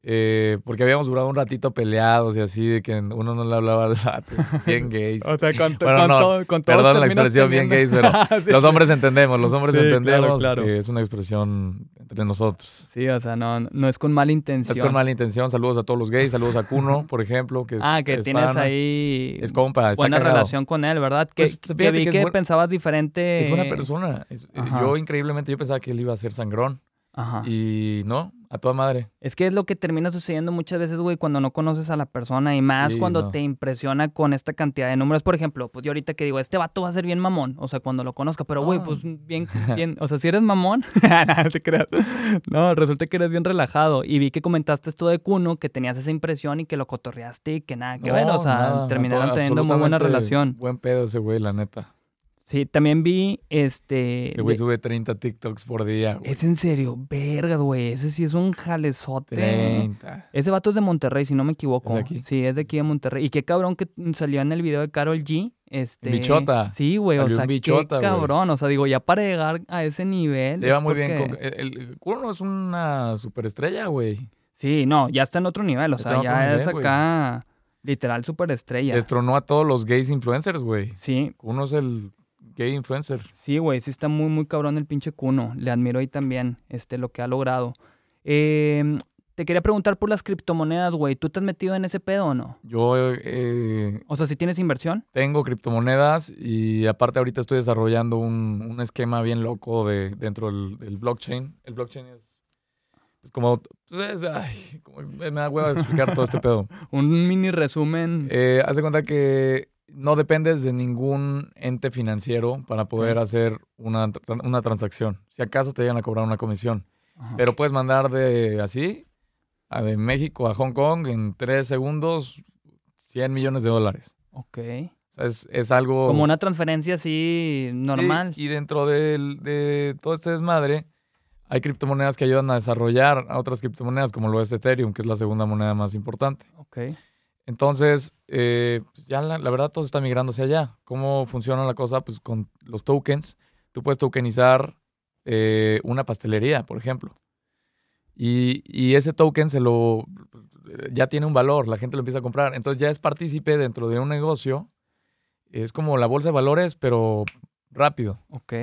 Speaker 2: eh, porque habíamos durado un ratito peleados y así, de que uno no le hablaba al
Speaker 1: (laughs)
Speaker 2: vato, bien gays.
Speaker 1: O sea, con,
Speaker 2: Bueno,
Speaker 1: con
Speaker 2: no,
Speaker 1: todo- con todos
Speaker 2: Perdón la
Speaker 1: terminas
Speaker 2: expresión bien gays,
Speaker 1: teniendo-
Speaker 2: pero
Speaker 1: (laughs) Sí,
Speaker 2: los
Speaker 1: sí.
Speaker 2: hombres entendemos, los hombres
Speaker 1: Sí, claro,
Speaker 2: entendemos
Speaker 1: claro.
Speaker 2: que es una expresión entre nosotros.
Speaker 1: Sí, o sea, no, no es con mala
Speaker 2: No
Speaker 1: intención.
Speaker 2: Es con mala intención, saludos a todos los gays, saludos a Kuno, por ejemplo, que es
Speaker 1: ah, que
Speaker 2: es
Speaker 1: tienes
Speaker 2: pana,
Speaker 1: ahí
Speaker 2: es compa, está
Speaker 1: buena
Speaker 2: cagado.
Speaker 1: relación con él, ¿verdad? Que,
Speaker 2: Pues,
Speaker 1: que
Speaker 2: fíjate
Speaker 1: vi
Speaker 2: que
Speaker 1: que,
Speaker 2: es buen-
Speaker 1: pensabas diferente.
Speaker 2: Es buena persona. Es- eh,
Speaker 1: ajá. Ah.
Speaker 2: yo increíblemente yo pensaba que él iba a ser sangrón.
Speaker 1: Ajá.
Speaker 2: Y no, a toda madre.
Speaker 1: Es que es lo que termina sucediendo muchas veces, güey, cuando no conoces a la persona y más
Speaker 2: Sí,
Speaker 1: cuando
Speaker 2: no.
Speaker 1: te impresiona con esta cantidad de números. Por ejemplo, pues yo ahorita que digo, este vato va a ser bien mamón, o sea, cuando lo conozca, pero güey,
Speaker 2: Ah.
Speaker 1: pues
Speaker 2: (laughs)
Speaker 1: bien, bien, o sea, si eres mamón, (laughs) no te creas. No, resulta que eres bien relajado y vi que comentaste esto de Cuno, que tenías esa impresión y que lo cotorreaste y que nada que
Speaker 2: No,
Speaker 1: ver, Ah, o sea,
Speaker 2: nada, a
Speaker 1: terminaron
Speaker 2: toda-
Speaker 1: teniendo muy buena
Speaker 2: absolutamente
Speaker 1: relación.
Speaker 2: Buen pedo ese güey, la neta.
Speaker 1: Sí, también vi, este,
Speaker 2: Ese güey
Speaker 1: de-
Speaker 2: sube 30 TikToks por día. güey.
Speaker 1: es en serio, verga, güey, ese sí es un jalezote.
Speaker 2: 30.
Speaker 1: Ese vato es de Monterrey, si no me equivoco.
Speaker 2: ¿Es de aquí?
Speaker 1: Sí, es de aquí de Monterrey. Y qué cabrón que salió en el video de Carol G. Este...
Speaker 2: Bichota.
Speaker 1: Sí, güey. O
Speaker 2: Salió
Speaker 1: sea,
Speaker 2: un bichota,
Speaker 1: qué
Speaker 2: güey.
Speaker 1: cabrón. O sea, digo, ya para llegar a ese nivel.
Speaker 2: Se lleva
Speaker 1: es
Speaker 2: muy bien.
Speaker 1: porque-
Speaker 2: con- el, el Kuno es una superestrella, güey.
Speaker 1: Sí, no, ya está en otro nivel. O
Speaker 2: Está
Speaker 1: sea,
Speaker 2: en otro
Speaker 1: ya
Speaker 2: nivel,
Speaker 1: es
Speaker 2: güey.
Speaker 1: acá literal superestrella.
Speaker 2: Destronó a todos los gays influencers, güey.
Speaker 1: Sí,
Speaker 2: Kuno es el gay influencer.
Speaker 1: sí, güey. Sí está muy, muy cabrón el pinche Cuno. Le admiro ahí también este, lo que ha logrado. Eh, te quería preguntar por las criptomonedas, güey. ¿Tú te has metido en ese pedo o no?
Speaker 2: Yo eh,
Speaker 1: O sea, si tienes inversión.
Speaker 2: Tengo criptomonedas y aparte ahorita estoy desarrollando un, un esquema bien loco de, dentro del, del blockchain. El blockchain es, es como, pues, es- ay, como- Me da hueva de explicar todo este pedo.
Speaker 1: Un mini resumen.
Speaker 2: Eh, haz de cuenta que no dependes de ningún ente financiero para poder
Speaker 1: Ok.
Speaker 2: hacer una, tra- una transacción. Si acaso te llegan a cobrar una comisión.
Speaker 1: Ajá.
Speaker 2: Pero puedes mandar de así, a de México a Hong Kong en tres segundos 100 millones de dólares.
Speaker 1: Ok.
Speaker 2: O sea, es, es algo...
Speaker 1: Como una transferencia así
Speaker 2: Oh. Sí,
Speaker 1: normal.
Speaker 2: y dentro del- de todo este desmadre, hay criptomonedas que ayudan a desarrollar a otras criptomonedas, como lo es Ethereum, que es la segunda moneda más importante.
Speaker 1: Ok.
Speaker 2: Entonces, eh, pues ya la, la verdad todo se está migrando hacia allá. ¿Cómo funciona la cosa? Pues con los tokens. Tú puedes tokenizar eh, una pastelería, por ejemplo. Y, y ese token se lo ya tiene un valor, la gente lo empieza a comprar. Entonces ya es partícipe dentro de un negocio. Es como la bolsa de valores, pero rápido.
Speaker 1: Ok.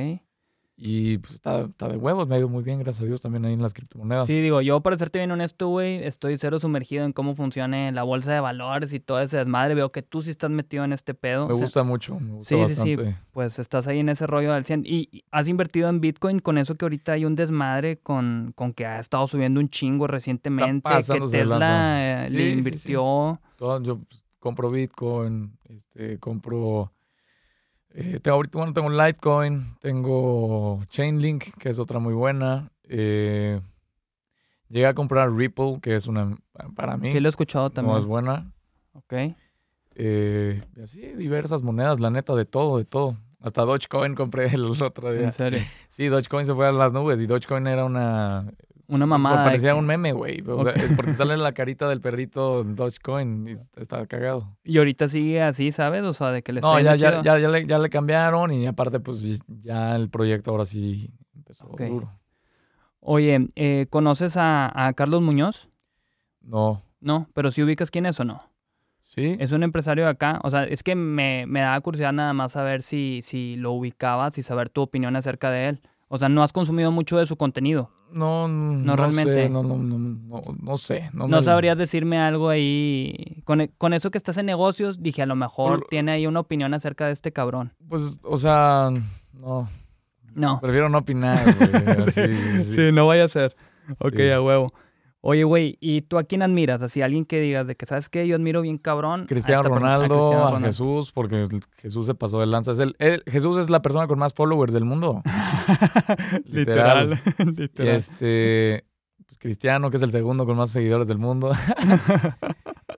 Speaker 2: Y pues está, está de huevos, me ha ido muy bien, gracias a Dios, también ahí en las criptomonedas.
Speaker 1: Sí, digo, yo para serte bien honesto, güey, estoy cero sumergido en cómo funciona la bolsa de valores y todo ese desmadre. Veo que tú sí estás metido en este pedo.
Speaker 2: me
Speaker 1: o sea,
Speaker 2: gusta mucho, me gusta
Speaker 1: Sí, sí, sí.
Speaker 2: bastante.
Speaker 1: Pues estás ahí en ese rollo del 100. ¿Y y has invertido en Bitcoin con eso que ahorita hay un desmadre con, con que ha estado subiendo un chingo recientemente? Que
Speaker 2: pasándose de
Speaker 1: Tesla
Speaker 2: lanza.
Speaker 1: eh,
Speaker 2: Sí,
Speaker 1: le
Speaker 2: sí, sí.
Speaker 1: invirtió.
Speaker 2: Todo- yo pues, compro Bitcoin, este, compro... eh, tengo, ahorita bueno, tengo Litecoin, tengo Chainlink, que es otra muy buena. eh, llegué a comprar Ripple, que es una, para
Speaker 1: Sí,
Speaker 2: mí,
Speaker 1: lo he escuchado
Speaker 2: no
Speaker 1: también.
Speaker 2: es buena.
Speaker 1: Ok.
Speaker 2: Eh, y así, diversas monedas, la neta, de todo, de todo. Hasta Dogecoin compré (laughs) el otro día.
Speaker 1: En
Speaker 2: (laughs)
Speaker 1: serio.
Speaker 2: Sí, Dogecoin se fue a las nubes y Dogecoin era una...
Speaker 1: Una mamada. de
Speaker 2: parecía
Speaker 1: que-
Speaker 2: un meme, güey. O sea,
Speaker 1: Ok.
Speaker 2: es porque sale la carita del perrito Dogecoin y está cagado.
Speaker 1: Y ahorita sigue así, ¿sabes? O sea, de que le está
Speaker 2: No, ya,
Speaker 1: yendo
Speaker 2: ya,
Speaker 1: chido.
Speaker 2: ya, ya le, ya le cambiaron y aparte, pues y- ya el proyecto ahora sí empezó
Speaker 1: Ok.
Speaker 2: duro.
Speaker 1: Oye, eh, ¿conoces a, a Carlos Muñoz?
Speaker 2: No.
Speaker 1: No, pero si ubicas quién es o no.
Speaker 2: ¿Sí?
Speaker 1: Es un empresario de acá. O sea, es que me, me daba curiosidad nada más saber si, si lo ubicabas y saber tu opinión acerca de él. O sea, no has consumido mucho de su contenido.
Speaker 2: No, no, no
Speaker 1: realmente.
Speaker 2: sé, no, no, no, no, no sé. No,
Speaker 1: No
Speaker 2: me-
Speaker 1: sabrías decirme algo ahí. Con, e, con eso que estás en negocios, dije, a lo mejor
Speaker 2: Por-
Speaker 1: tiene ahí una opinión acerca de este cabrón.
Speaker 2: Pues, o sea, no.
Speaker 1: No.
Speaker 2: Prefiero no opinar.
Speaker 1: (laughs)
Speaker 2: güey. Sí, sí, sí.
Speaker 1: no vaya a ser. Ok,
Speaker 2: Sí.
Speaker 1: a huevo. Oye, güey, ¿y tú a quién admiras? Así, alguien que digas de que, ¿sabes qué? Yo admiro bien cabrón. a
Speaker 2: Cristiano
Speaker 1: esta persona, a
Speaker 2: Ronaldo,
Speaker 1: Cristiano
Speaker 2: a
Speaker 1: Ronaldo.
Speaker 2: Jesús, porque Jesús se pasó de lanza. Es el, él- Jesús es la persona con más followers del mundo. Literal. (laughs)
Speaker 1: Literal.
Speaker 2: Este, pues, Cristiano, que es el segundo con más seguidores
Speaker 1: (laughs)
Speaker 2: del mundo.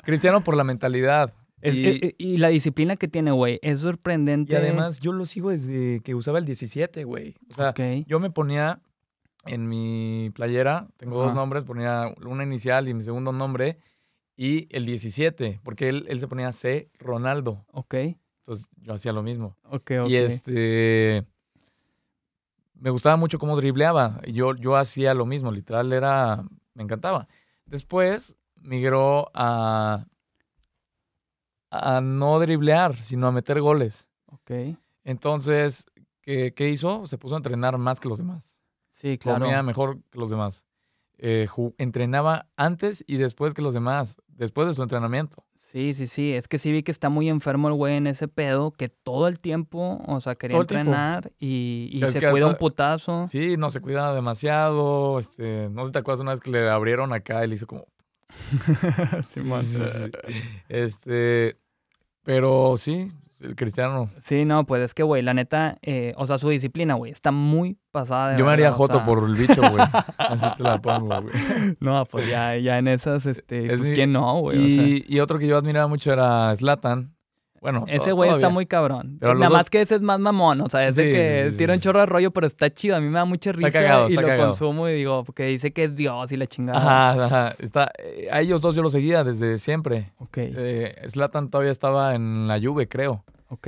Speaker 2: Cristiano por la mentalidad.
Speaker 1: Es- eh,
Speaker 2: y,
Speaker 1: es- y la disciplina que tiene, güey, es sorprendente.
Speaker 2: y además, yo lo sigo desde que usaba el 17, güey. O sea,
Speaker 1: Ok.
Speaker 2: yo me ponía en mi playera, tengo dos
Speaker 1: Ajá.
Speaker 2: nombres, ponía una inicial y mi segundo nombre, y el 17, porque él, él se ponía C. Ronaldo.
Speaker 1: Ok,
Speaker 2: Entonces yo hacía lo mismo.
Speaker 1: ok, ok.
Speaker 2: Y este. Me gustaba mucho cómo dribleaba. y Yo, yo hacía lo mismo, literal, era. Me encantaba. Después migró a. a no driblear, sino a meter goles.
Speaker 1: Ok.
Speaker 2: Entonces, ¿qué, qué hizo? Se puso a entrenar más que los demás.
Speaker 1: Sí, claro.
Speaker 2: Comía mejor que los demás. Eh, ju- entrenaba antes y después que los demás, después de su entrenamiento.
Speaker 1: Sí, sí, sí. Es que sí vi que está muy enfermo el güey en ese pedo, que todo el tiempo, o sea, quería
Speaker 2: Todo el tiempo.
Speaker 1: entrenar y, y
Speaker 2: Que-
Speaker 1: se
Speaker 2: que
Speaker 1: cuida un
Speaker 2: hasta-
Speaker 1: putazo.
Speaker 2: Sí, no se cuidaba demasiado. Este, no sé si te acuerdas una vez que le abrieron acá y le hizo como. Sí, sí, sí. Este, pero sí, el cristiano.
Speaker 1: Sí, no, pues es que, güey, la neta, eh, o sea, su disciplina, güey, está muy pasada de
Speaker 2: Yo me haría
Speaker 1: verga, o
Speaker 2: joto
Speaker 1: sea,
Speaker 2: por el bicho, güey. Así te la pongo, güey.
Speaker 1: (laughs) No, pues ya, ya en esas, este,
Speaker 2: Es
Speaker 1: pues
Speaker 2: mi-
Speaker 1: quién no, (laughs) güey. o sea.
Speaker 2: Y, y otro que yo admiraba mucho era Slatan. Bueno, to-
Speaker 1: Ese güey está
Speaker 2: todavía.
Speaker 1: muy cabrón.
Speaker 2: Pero los
Speaker 1: Nada
Speaker 2: dos-
Speaker 1: más que ese es más mamón. O sea, ese
Speaker 2: Sí,
Speaker 1: que
Speaker 2: sí, sí,
Speaker 1: tira un
Speaker 2: sí.
Speaker 1: chorro de rollo, pero está chido. A mí me da mucha risa
Speaker 2: cagado,
Speaker 1: y
Speaker 2: está
Speaker 1: lo
Speaker 2: cagado.
Speaker 1: consumo y digo, porque dice que es Dios y la chingada.
Speaker 2: Ajá, ajá. Está, eh, a ellos dos yo los seguía desde siempre.
Speaker 1: Ok,
Speaker 2: Slatan todavía estaba en la Juve, creo.
Speaker 1: ok.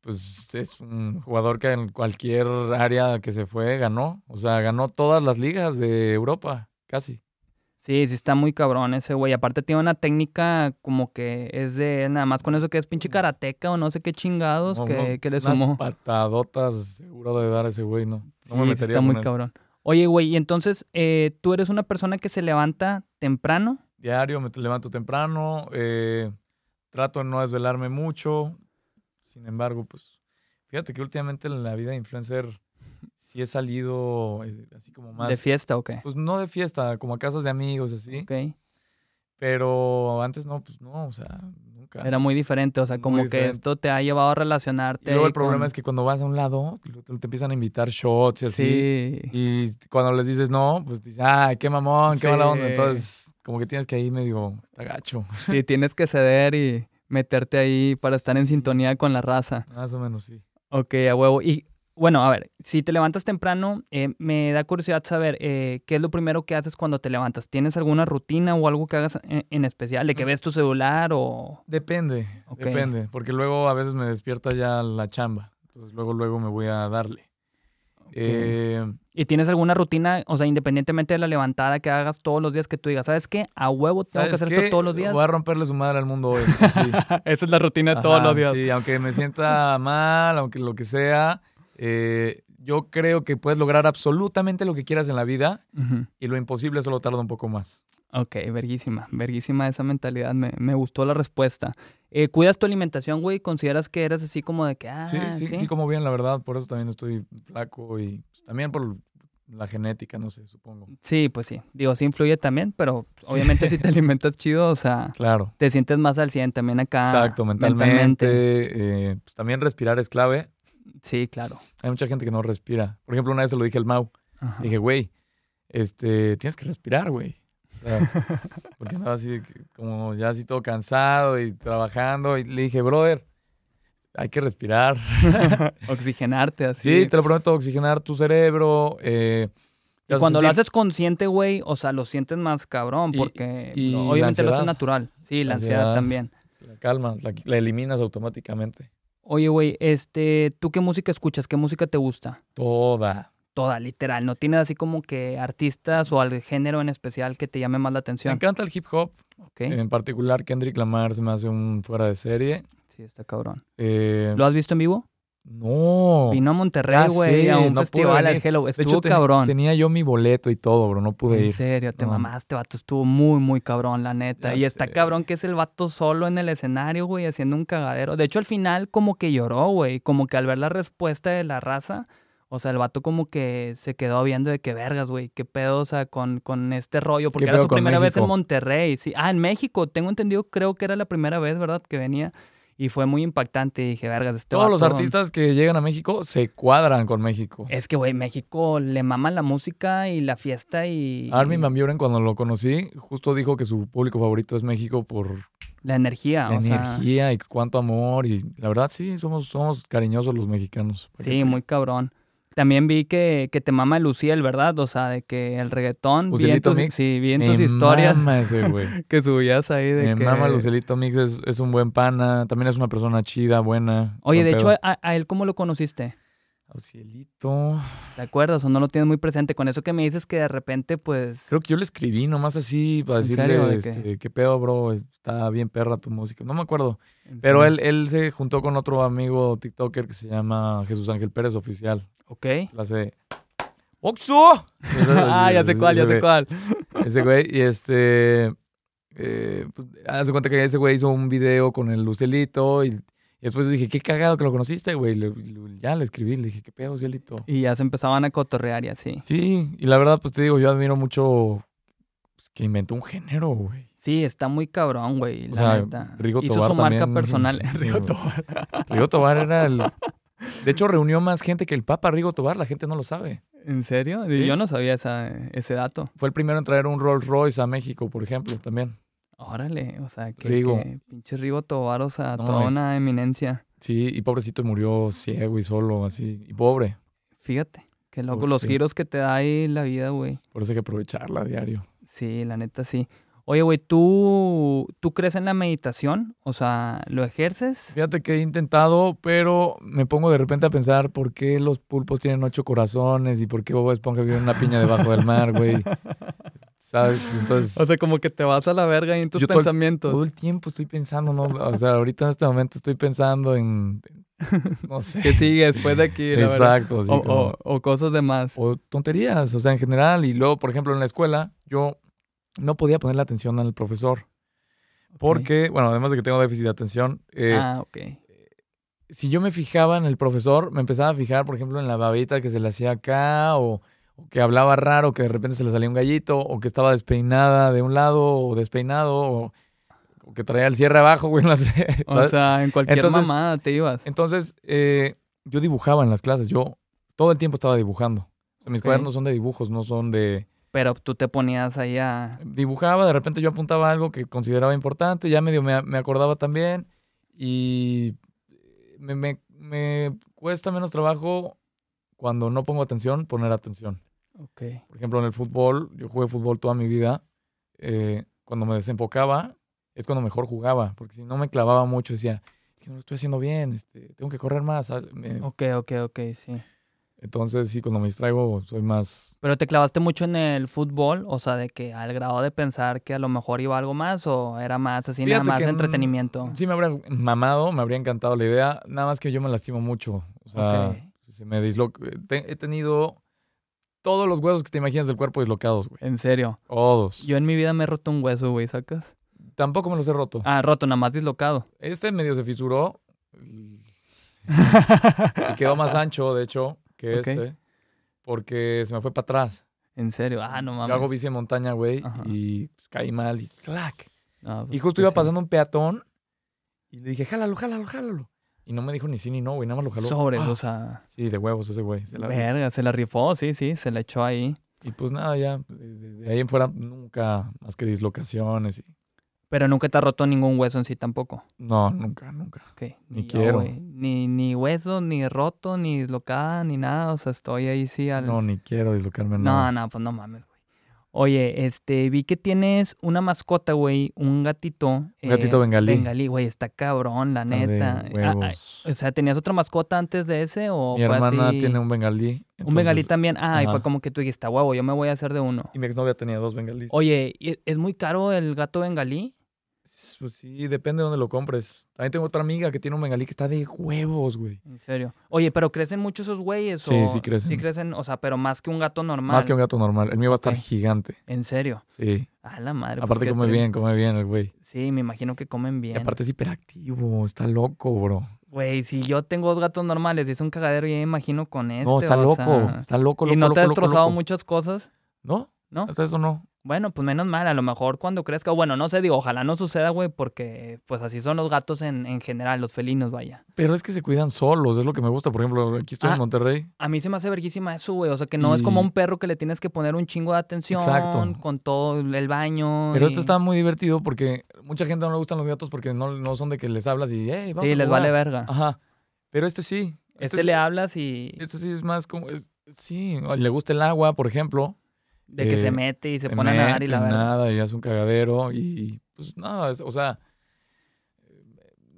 Speaker 2: Pues es un jugador que en cualquier área que se fue ganó. O sea, ganó todas las ligas de Europa, casi.
Speaker 1: Sí, sí está muy cabrón ese güey. Aparte tiene una técnica como que es de nada más con eso que es pinche karateca o no sé qué chingados
Speaker 2: Como
Speaker 1: que,
Speaker 2: unos-
Speaker 1: que le
Speaker 2: unas
Speaker 1: sumó.
Speaker 2: patadotas seguro de dar ese güey, no.
Speaker 1: sí, sí
Speaker 2: No me metería
Speaker 1: está
Speaker 2: con
Speaker 1: muy
Speaker 2: él.
Speaker 1: cabrón. Oye, güey, y entonces, eh, ¿tú eres una persona que se levanta temprano?
Speaker 2: Diario, me te- levanto temprano, eh, trato de no desvelarme mucho. Sin embargo, pues, fíjate que últimamente en la vida de influencer sí he salido eh, así como más...
Speaker 1: ¿De fiesta o qué?
Speaker 2: Pues no de fiesta, como a casas de amigos, así.
Speaker 1: Ok.
Speaker 2: Pero antes no, pues no, o sea, nunca.
Speaker 1: Era muy diferente, o sea,
Speaker 2: Muy
Speaker 1: como que
Speaker 2: diferente.
Speaker 1: esto te ha llevado a
Speaker 2: y
Speaker 1: relacionarte.
Speaker 2: luego el
Speaker 1: ahí con-
Speaker 2: problema es que cuando vas a un lado, luego te te empiezan a invitar shots y así.
Speaker 1: Sí.
Speaker 2: Y cuando les dices no, pues dices, ay, qué mamón, qué mala onda.
Speaker 1: Sí.
Speaker 2: Entonces, como que tienes que ahí medio, está gacho, (laughs)
Speaker 1: (laughs) Sí, tienes que ceder y meterte ahí para estar en
Speaker 2: Sí.
Speaker 1: sintonía con la raza.
Speaker 2: más o menos, sí.
Speaker 1: Ok, a huevo. Y bueno, a ver, si te levantas temprano, eh, me da curiosidad saber eh, qué es lo primero que haces cuando te levantas. ¿Tienes alguna rutina o algo que hagas en, en especial? ¿De que ves tu celular o...?
Speaker 2: Depende,
Speaker 1: Ok.
Speaker 2: depende, porque luego a veces me despierta ya la chamba. Entonces, luego, luego me voy a darle. Eh,
Speaker 1: ¿Y tienes alguna rutina, o sea, independientemente de la levantada que hagas todos los días que tú digas, ¿sabes qué? A huevo tengo que
Speaker 2: ¿sabes
Speaker 1: hacer
Speaker 2: qué?
Speaker 1: esto todos los días.
Speaker 2: Voy a romperle su madre al mundo hoy.
Speaker 1: (laughs)
Speaker 2: Sí.
Speaker 1: Esa es la rutina de
Speaker 2: Ajá, Sí, aunque me sienta mal, aunque lo que sea, eh, yo creo que puedes lograr absolutamente lo que quieras en la vida
Speaker 1: Ujú.
Speaker 2: y lo imposible solo tarda un poco más.
Speaker 1: Ok, verguísima, verguísima esa mentalidad. Me, me gustó la respuesta. Eh, ¿Cuidas tu alimentación, güey? ¿Consideras que eres así como de que, ah,
Speaker 2: sí, sí, sí, como bien, la verdad, por eso también estoy flaco y pues, también por la genética, no sé, supongo.
Speaker 1: Sí, pues sí. Digo, sí influye también, pero obviamente
Speaker 2: (laughs)
Speaker 1: si te alimentas chido, o sea,
Speaker 2: Claro.
Speaker 1: te sientes más al 100 también acá.
Speaker 2: Exacto, mentalmente. eh, pues, también respirar es clave.
Speaker 1: Sí, claro.
Speaker 2: Hay mucha gente que no respira. Por ejemplo, una vez se lo dije al Mau.
Speaker 1: Ajá.
Speaker 2: Dije, güey, este, tienes que respirar, güey. O
Speaker 1: (laughs)
Speaker 2: sea, porque andaba así, de que- como ya así todo cansado y trabajando. Y le dije, brother, hay que respirar.
Speaker 1: Oxigenarte así.
Speaker 2: Sí, te lo prometo, oxigenar tu cerebro. eh, te
Speaker 1: Y
Speaker 2: hace
Speaker 1: cuando lo
Speaker 2: sentir-
Speaker 1: haces consciente, güey, o sea, lo sientes más cabrón,
Speaker 2: Y-
Speaker 1: porque
Speaker 2: y
Speaker 1: lo-
Speaker 2: la
Speaker 1: obviamente lo haces
Speaker 2: ansiedad.
Speaker 1: natural. Sí, la
Speaker 2: La
Speaker 1: ansiedad,
Speaker 2: ansiedad.
Speaker 1: también.
Speaker 2: La calma, la, la eliminas automáticamente.
Speaker 1: Oye, güey, este, ¿tú qué música escuchas? ¿Qué música te gusta?
Speaker 2: Toda.
Speaker 1: Toda, literal. ¿No tienes así como que artistas o al género en especial que te llame más la
Speaker 2: Me
Speaker 1: atención?
Speaker 2: encanta el hip hop.
Speaker 1: Ok.
Speaker 2: En particular, Kendrick Lamar se me hace un fuera de serie.
Speaker 1: Sí, está cabrón.
Speaker 2: Eh,
Speaker 1: ¿Lo has visto en vivo?
Speaker 2: No.
Speaker 1: Vino a
Speaker 2: Ya
Speaker 1: Monterrey, güey,
Speaker 2: sé,
Speaker 1: a un
Speaker 2: no pude
Speaker 1: festival al
Speaker 2: venir.
Speaker 1: Hello.
Speaker 2: De
Speaker 1: Estuvo
Speaker 2: hecho, ten-
Speaker 1: cabrón.
Speaker 2: tenía yo mi boleto y todo, bro. No pude
Speaker 1: En
Speaker 2: ir.
Speaker 1: serio, te
Speaker 2: No.
Speaker 1: mamaste, vato. Estuvo muy, muy cabrón, la neta.
Speaker 2: Ya
Speaker 1: y está
Speaker 2: sé.
Speaker 1: cabrón que es el vato solo en el escenario, güey, haciendo un cagadero. De hecho, al final como que lloró, güey. Como que al ver la respuesta de la raza, o sea, el vato como que se quedó viendo de qué vergas, güey. Qué pedo, o sea, con, con este rollo. Porque era
Speaker 2: pedo
Speaker 1: su
Speaker 2: con
Speaker 1: primera vez en
Speaker 2: México?
Speaker 1: Monterrey. Sí. Ah, en México. Tengo entendido, creo que era la primera vez, ¿verdad? Que venía. Y fue muy impactante. Y dije, vergas, este
Speaker 2: Todos los
Speaker 1: vato-
Speaker 2: artistas que llegan a México se cuadran con México.
Speaker 1: Es que, güey, México le mama la música y la fiesta y...
Speaker 2: Armin Van Buren, cuando lo conocí, justo dijo que su público favorito es México por
Speaker 1: La energía,
Speaker 2: la
Speaker 1: Ah, o sea,
Speaker 2: energía y cuánto amor. Y la verdad, sí, somos, somos cariñosos los mexicanos. ¿Para qué
Speaker 1: Sí,
Speaker 2: te-
Speaker 1: muy cabrón. También vi que, que te mama Luciel, ¿verdad? O sea, de que el reggaetón. Vi en
Speaker 2: Lucielito
Speaker 1: tus,
Speaker 2: Mix.
Speaker 1: sí, vi en
Speaker 2: Me
Speaker 1: tus historias (laughs)
Speaker 2: mama ese güey.
Speaker 1: que subías ahí de
Speaker 2: Me
Speaker 1: que...
Speaker 2: mama Eh, Lucelito Mix, es, es un buen pana. También es una persona chida, buena.
Speaker 1: Oye, de
Speaker 2: buen
Speaker 1: hecho,
Speaker 2: pedo.
Speaker 1: a, a él cómo lo conociste?
Speaker 2: Lucielito.
Speaker 1: ¿Te acuerdas o no lo tienes muy presente? Con eso que me dices que de repente, pues...
Speaker 2: Creo que yo le escribí nomás así para
Speaker 1: ¿En
Speaker 2: decirle,
Speaker 1: serio? ¿De qué?
Speaker 2: este, qué? pedo, bro? Está bien perra tu música. No me acuerdo. Pero él, él se juntó con otro amigo TikToker que se llama Jesús Ángel Pérez Oficial. (laughs)
Speaker 1: Ok. (laughs)
Speaker 2: La hace... ¡Oxo!
Speaker 1: ah, ya sé cuál, ya sé cuál.
Speaker 2: cuál. Ese güey, y este... eh, pues, hace cuenta que ese güey hizo un video con el Lucelito y, y después dije, qué cagado que lo conociste, güey. Le- le- ya le escribí, le dije, qué pedo, Lucelito.
Speaker 1: Y ya se empezaban a cotorrear y así.
Speaker 2: Sí, y la verdad, pues te digo, yo admiro mucho pues, que inventó un género, güey.
Speaker 1: Sí, está muy cabrón, güey, la
Speaker 2: O sea,
Speaker 1: neta.
Speaker 2: Rigo
Speaker 1: Hizo
Speaker 2: Tobar
Speaker 1: su marca
Speaker 2: también. (laughs)
Speaker 1: personal.
Speaker 2: Sí,
Speaker 1: Rigo
Speaker 2: güey.
Speaker 1: Tobar.
Speaker 2: Rigo Tobar era el. De hecho, reunió más gente que el Papa Rigo Tobar, la gente no lo sabe.
Speaker 1: (laughs) ¿En serio?
Speaker 2: Sí.
Speaker 1: Yo no sabía esa, ese dato.
Speaker 2: Fue el primero en traer un Rolls Royce a México, por ejemplo, también.
Speaker 1: Órale, o sea, que,
Speaker 2: Rigo.
Speaker 1: que pinche Rigo Tobar, o sea,
Speaker 2: No,
Speaker 1: toda
Speaker 2: eh.
Speaker 1: una eminencia.
Speaker 2: Sí, y pobrecito murió ciego y solo, así, y pobre.
Speaker 1: Fíjate, qué loco,
Speaker 2: Oh,
Speaker 1: los
Speaker 2: sí.
Speaker 1: giros que te da ahí la vida, güey.
Speaker 2: Por eso hay que aprovecharla a diario.
Speaker 1: Sí, la neta sí. Oye, güey, ¿tú, ¿tú crees en la meditación? O sea, ¿lo ejerces?
Speaker 2: Fíjate que he intentado, pero me pongo de repente a pensar por qué los pulpos tienen ocho corazones y por qué Bob Esponja vive en una piña debajo del mar,
Speaker 1: (laughs)
Speaker 2: güey. ¿Sabes? Entonces.
Speaker 1: sea, como que te vas a la verga ahí en
Speaker 2: Yo todo el-
Speaker 1: pensamientos.
Speaker 2: Todo el tiempo estoy pensando, ¿no? O sea, ahorita en este momento estoy pensando en.
Speaker 1: (laughs)
Speaker 2: No
Speaker 1: (laughs)
Speaker 2: sé.
Speaker 1: ¿Qué sigue después de aquí? la verdad?
Speaker 2: Exacto. así
Speaker 1: O,
Speaker 2: como-
Speaker 1: o- o cosas demás.
Speaker 2: o tonterías, o sea, en general. Y luego, por ejemplo, en la escuela, yo no podía ponerle atención al profesor. Porque, bueno, además de que tengo déficit de atención, eh,
Speaker 1: Ah, ok.
Speaker 2: si yo me fijaba en el profesor, me empezaba a fijar, por ejemplo, en la babita que se le hacía acá, o, o que hablaba raro, que de repente se le salía un gallito, o que estaba despeinada de un lado, o despeinado, o, o que traía el cierre abajo, güey, (laughs) no sé.
Speaker 1: O
Speaker 2: ¿sabes?
Speaker 1: sea, en cualquier
Speaker 2: Entonces-
Speaker 1: mamada te ibas.
Speaker 2: Entonces, eh, yo dibujaba en las clases, yo todo el tiempo estaba dibujando. O sea, mis
Speaker 1: Ok.
Speaker 2: cuadernos son de dibujos, no son de...
Speaker 1: Pero tú te ponías ahí a...
Speaker 2: Dibujaba, de repente yo apuntaba algo que consideraba importante, ya medio me, me acordaba también y me, me- me cuesta menos trabajo cuando no pongo atención, poner atención.
Speaker 1: Ok.
Speaker 2: Por ejemplo, en el fútbol, yo jugué fútbol toda mi vida, eh, cuando me desenfocaba es cuando mejor jugaba, porque si no me clavaba mucho decía, es que no lo estoy haciendo bien, este, tengo que correr más, ¿sabes? Me-
Speaker 1: Ok, ok, ok, sí.
Speaker 2: Entonces, sí, cuando me distraigo, soy más.
Speaker 1: Pero te clavaste mucho en el fútbol, o sea, de que al grado de pensar que a lo mejor iba algo más o era más así, nada
Speaker 2: Fíjate
Speaker 1: más
Speaker 2: que, mm,
Speaker 1: entretenimiento.
Speaker 2: Sí, me habría mamado, me habría encantado la idea. Nada más que yo me lastimo mucho. O sea,
Speaker 1: Ok.
Speaker 2: se me disloca. Te- he tenido todos los huesos que te imaginas del cuerpo dislocados, güey.
Speaker 1: En serio.
Speaker 2: Todos.
Speaker 1: Yo en mi vida me he roto un hueso, güey, ¿sacas?
Speaker 2: Tampoco me los he roto.
Speaker 1: Ah, roto, nada más dislocado.
Speaker 2: Este medio se fisuró y quedó más ancho, de hecho, que
Speaker 1: Ok.
Speaker 2: este. Porque se me fue para atrás.
Speaker 1: en serio. Ah, no mames.
Speaker 2: Yo hago bici de montaña, güey,
Speaker 1: Ajá.
Speaker 2: y pues, caí mal y clac.
Speaker 1: No,
Speaker 2: Y
Speaker 1: pues,
Speaker 2: justo
Speaker 1: sí,
Speaker 2: iba
Speaker 1: sí.
Speaker 2: pasando un peatón y le dije, jálalo, jálalo, jálalo. Y no me dijo ni sí ni no, güey, nada más lo jaló.
Speaker 1: Sobres,
Speaker 2: Ah,
Speaker 1: o sea.
Speaker 2: Sí, de huevos ese güey. se la-
Speaker 1: verga, se la rifó, sí, sí, se la echó ahí.
Speaker 2: Y pues nada, ya, de, de- de ahí en fuera nunca más que dislocaciones. Y...
Speaker 1: Pero nunca te ha roto ningún hueso en sí tampoco.
Speaker 2: No, nunca, nunca.
Speaker 1: Ok,
Speaker 2: Ni
Speaker 1: yo,
Speaker 2: quiero.
Speaker 1: güey. Ni, ni hueso, ni roto, ni dislocada, ni nada. O sea, estoy ahí sí al.
Speaker 2: No, ni quiero dislocarme
Speaker 1: No,
Speaker 2: nada.
Speaker 1: no, pues no mames, güey. Oye, este, vi que tienes una mascota, güey, un gatito. Un
Speaker 2: gatito bengalí.
Speaker 1: Bengalí, güey, está cabrón, la
Speaker 2: Está de
Speaker 1: neta. Ah, ah,
Speaker 2: huevos.
Speaker 1: o sea, ¿tenías otra mascota antes de ese o
Speaker 2: Mi
Speaker 1: fue
Speaker 2: hermana
Speaker 1: así?
Speaker 2: tiene un bengalí.
Speaker 1: Un bengalí
Speaker 2: entonces-
Speaker 1: también. Ah, y fue
Speaker 2: ajá.
Speaker 1: como que tú dijiste, "A huevo, yo me voy a hacer de uno.
Speaker 2: Y mi exnovia tenía dos bengalís.
Speaker 1: Oye, ¿y e, ¿es muy caro el gato bengalí?
Speaker 2: Pues sí, depende de dónde lo compres. También tengo otra amiga que tiene un bengalí que está de huevos, güey.
Speaker 1: En serio. Oye, pero crecen mucho esos güeyes.
Speaker 2: Sí,
Speaker 1: o-
Speaker 2: sí crecen.
Speaker 1: Sí crecen, o sea, pero más que un gato normal.
Speaker 2: Más que un gato normal. El mío va a estar
Speaker 1: Ok.
Speaker 2: gigante.
Speaker 1: En serio.
Speaker 2: Sí.
Speaker 1: A la madre. pues,
Speaker 2: aparte
Speaker 1: qué
Speaker 2: come
Speaker 1: tri-
Speaker 2: bien, come bien el güey.
Speaker 1: Sí, me imagino que comen
Speaker 2: Y
Speaker 1: bien.
Speaker 2: aparte es hiperactivo, está loco, bro.
Speaker 1: Güey, si yo tengo dos gatos normales y es un cagadero, ya me imagino con este.
Speaker 2: no, está
Speaker 1: o
Speaker 2: loco,
Speaker 1: sea,
Speaker 2: está loco, loco,
Speaker 1: y no te ha
Speaker 2: loco, loco,
Speaker 1: destrozado
Speaker 2: loco.
Speaker 1: muchas cosas.
Speaker 2: ¿No?
Speaker 1: ¿No?
Speaker 2: Hasta eso no.
Speaker 1: Bueno, pues menos mal, a lo mejor cuando crezca, bueno, no sé, digo, ojalá no suceda, güey, porque pues así son los gatos en, en general, los felinos, vaya.
Speaker 2: Pero es que se cuidan solos, es lo que me gusta. Por ejemplo, aquí estoy
Speaker 1: Ah.
Speaker 2: en Monterrey.
Speaker 1: A mí se me hace verguísima eso, güey, o sea, que no es
Speaker 2: Y-
Speaker 1: como un perro que le tienes que poner un chingo de atención
Speaker 2: Exacto.
Speaker 1: con todo el baño.
Speaker 2: Pero
Speaker 1: y-
Speaker 2: esto está muy divertido porque mucha gente no le gustan los gatos porque no, no son de que les hablas y, hey, vamos
Speaker 1: Sí,
Speaker 2: a
Speaker 1: les
Speaker 2: jugar".
Speaker 1: vale verga.
Speaker 2: Ajá. Pero este sí.
Speaker 1: este
Speaker 2: es-
Speaker 1: le hablas y
Speaker 2: Este sí es más como. es- sí, le gusta el agua, por ejemplo.
Speaker 1: de que se
Speaker 2: eh,
Speaker 1: mete y se, pone a nadar y
Speaker 2: mete,
Speaker 1: la verga.
Speaker 2: Nada, y hace un cagadero. Y pues nada, es- o sea.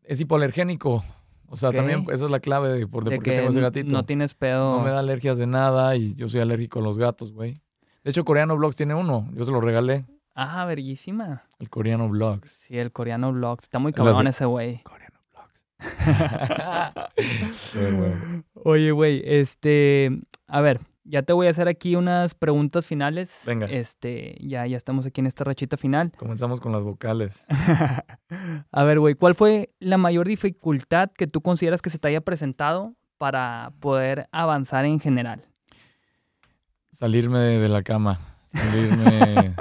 Speaker 2: Es hipoalergénico. O sea,
Speaker 1: Ok.
Speaker 2: también esa es la clave de por, de
Speaker 1: De
Speaker 2: por qué
Speaker 1: que
Speaker 2: tengo ese gatito.
Speaker 1: no tienes pedo.
Speaker 2: No me da alergias de nada y yo soy alérgico a los gatos, güey. De hecho, Coreano Vlogs tiene uno. Yo se lo regalé.
Speaker 1: Ah, verguísima.
Speaker 2: El Coreano Vlogs.
Speaker 1: Sí, el coreano vlogs. Está muy
Speaker 2: Las de-
Speaker 1: cabrón ese güey.
Speaker 2: Coreano
Speaker 1: (laughs)
Speaker 2: Vlogs. Qué bueno.
Speaker 1: Oye, güey, este, a ver, ya te voy a hacer aquí unas preguntas finales.
Speaker 2: Venga.
Speaker 1: Este, ya, ya estamos aquí en esta rachita final.
Speaker 2: Comenzamos con las vocales.
Speaker 1: a ver, güey, ¿cuál fue la mayor dificultad que tú consideras que se te haya presentado para poder avanzar en general?
Speaker 2: Salirme de, de la cama.
Speaker 1: (laughs)
Speaker 2: Salirme.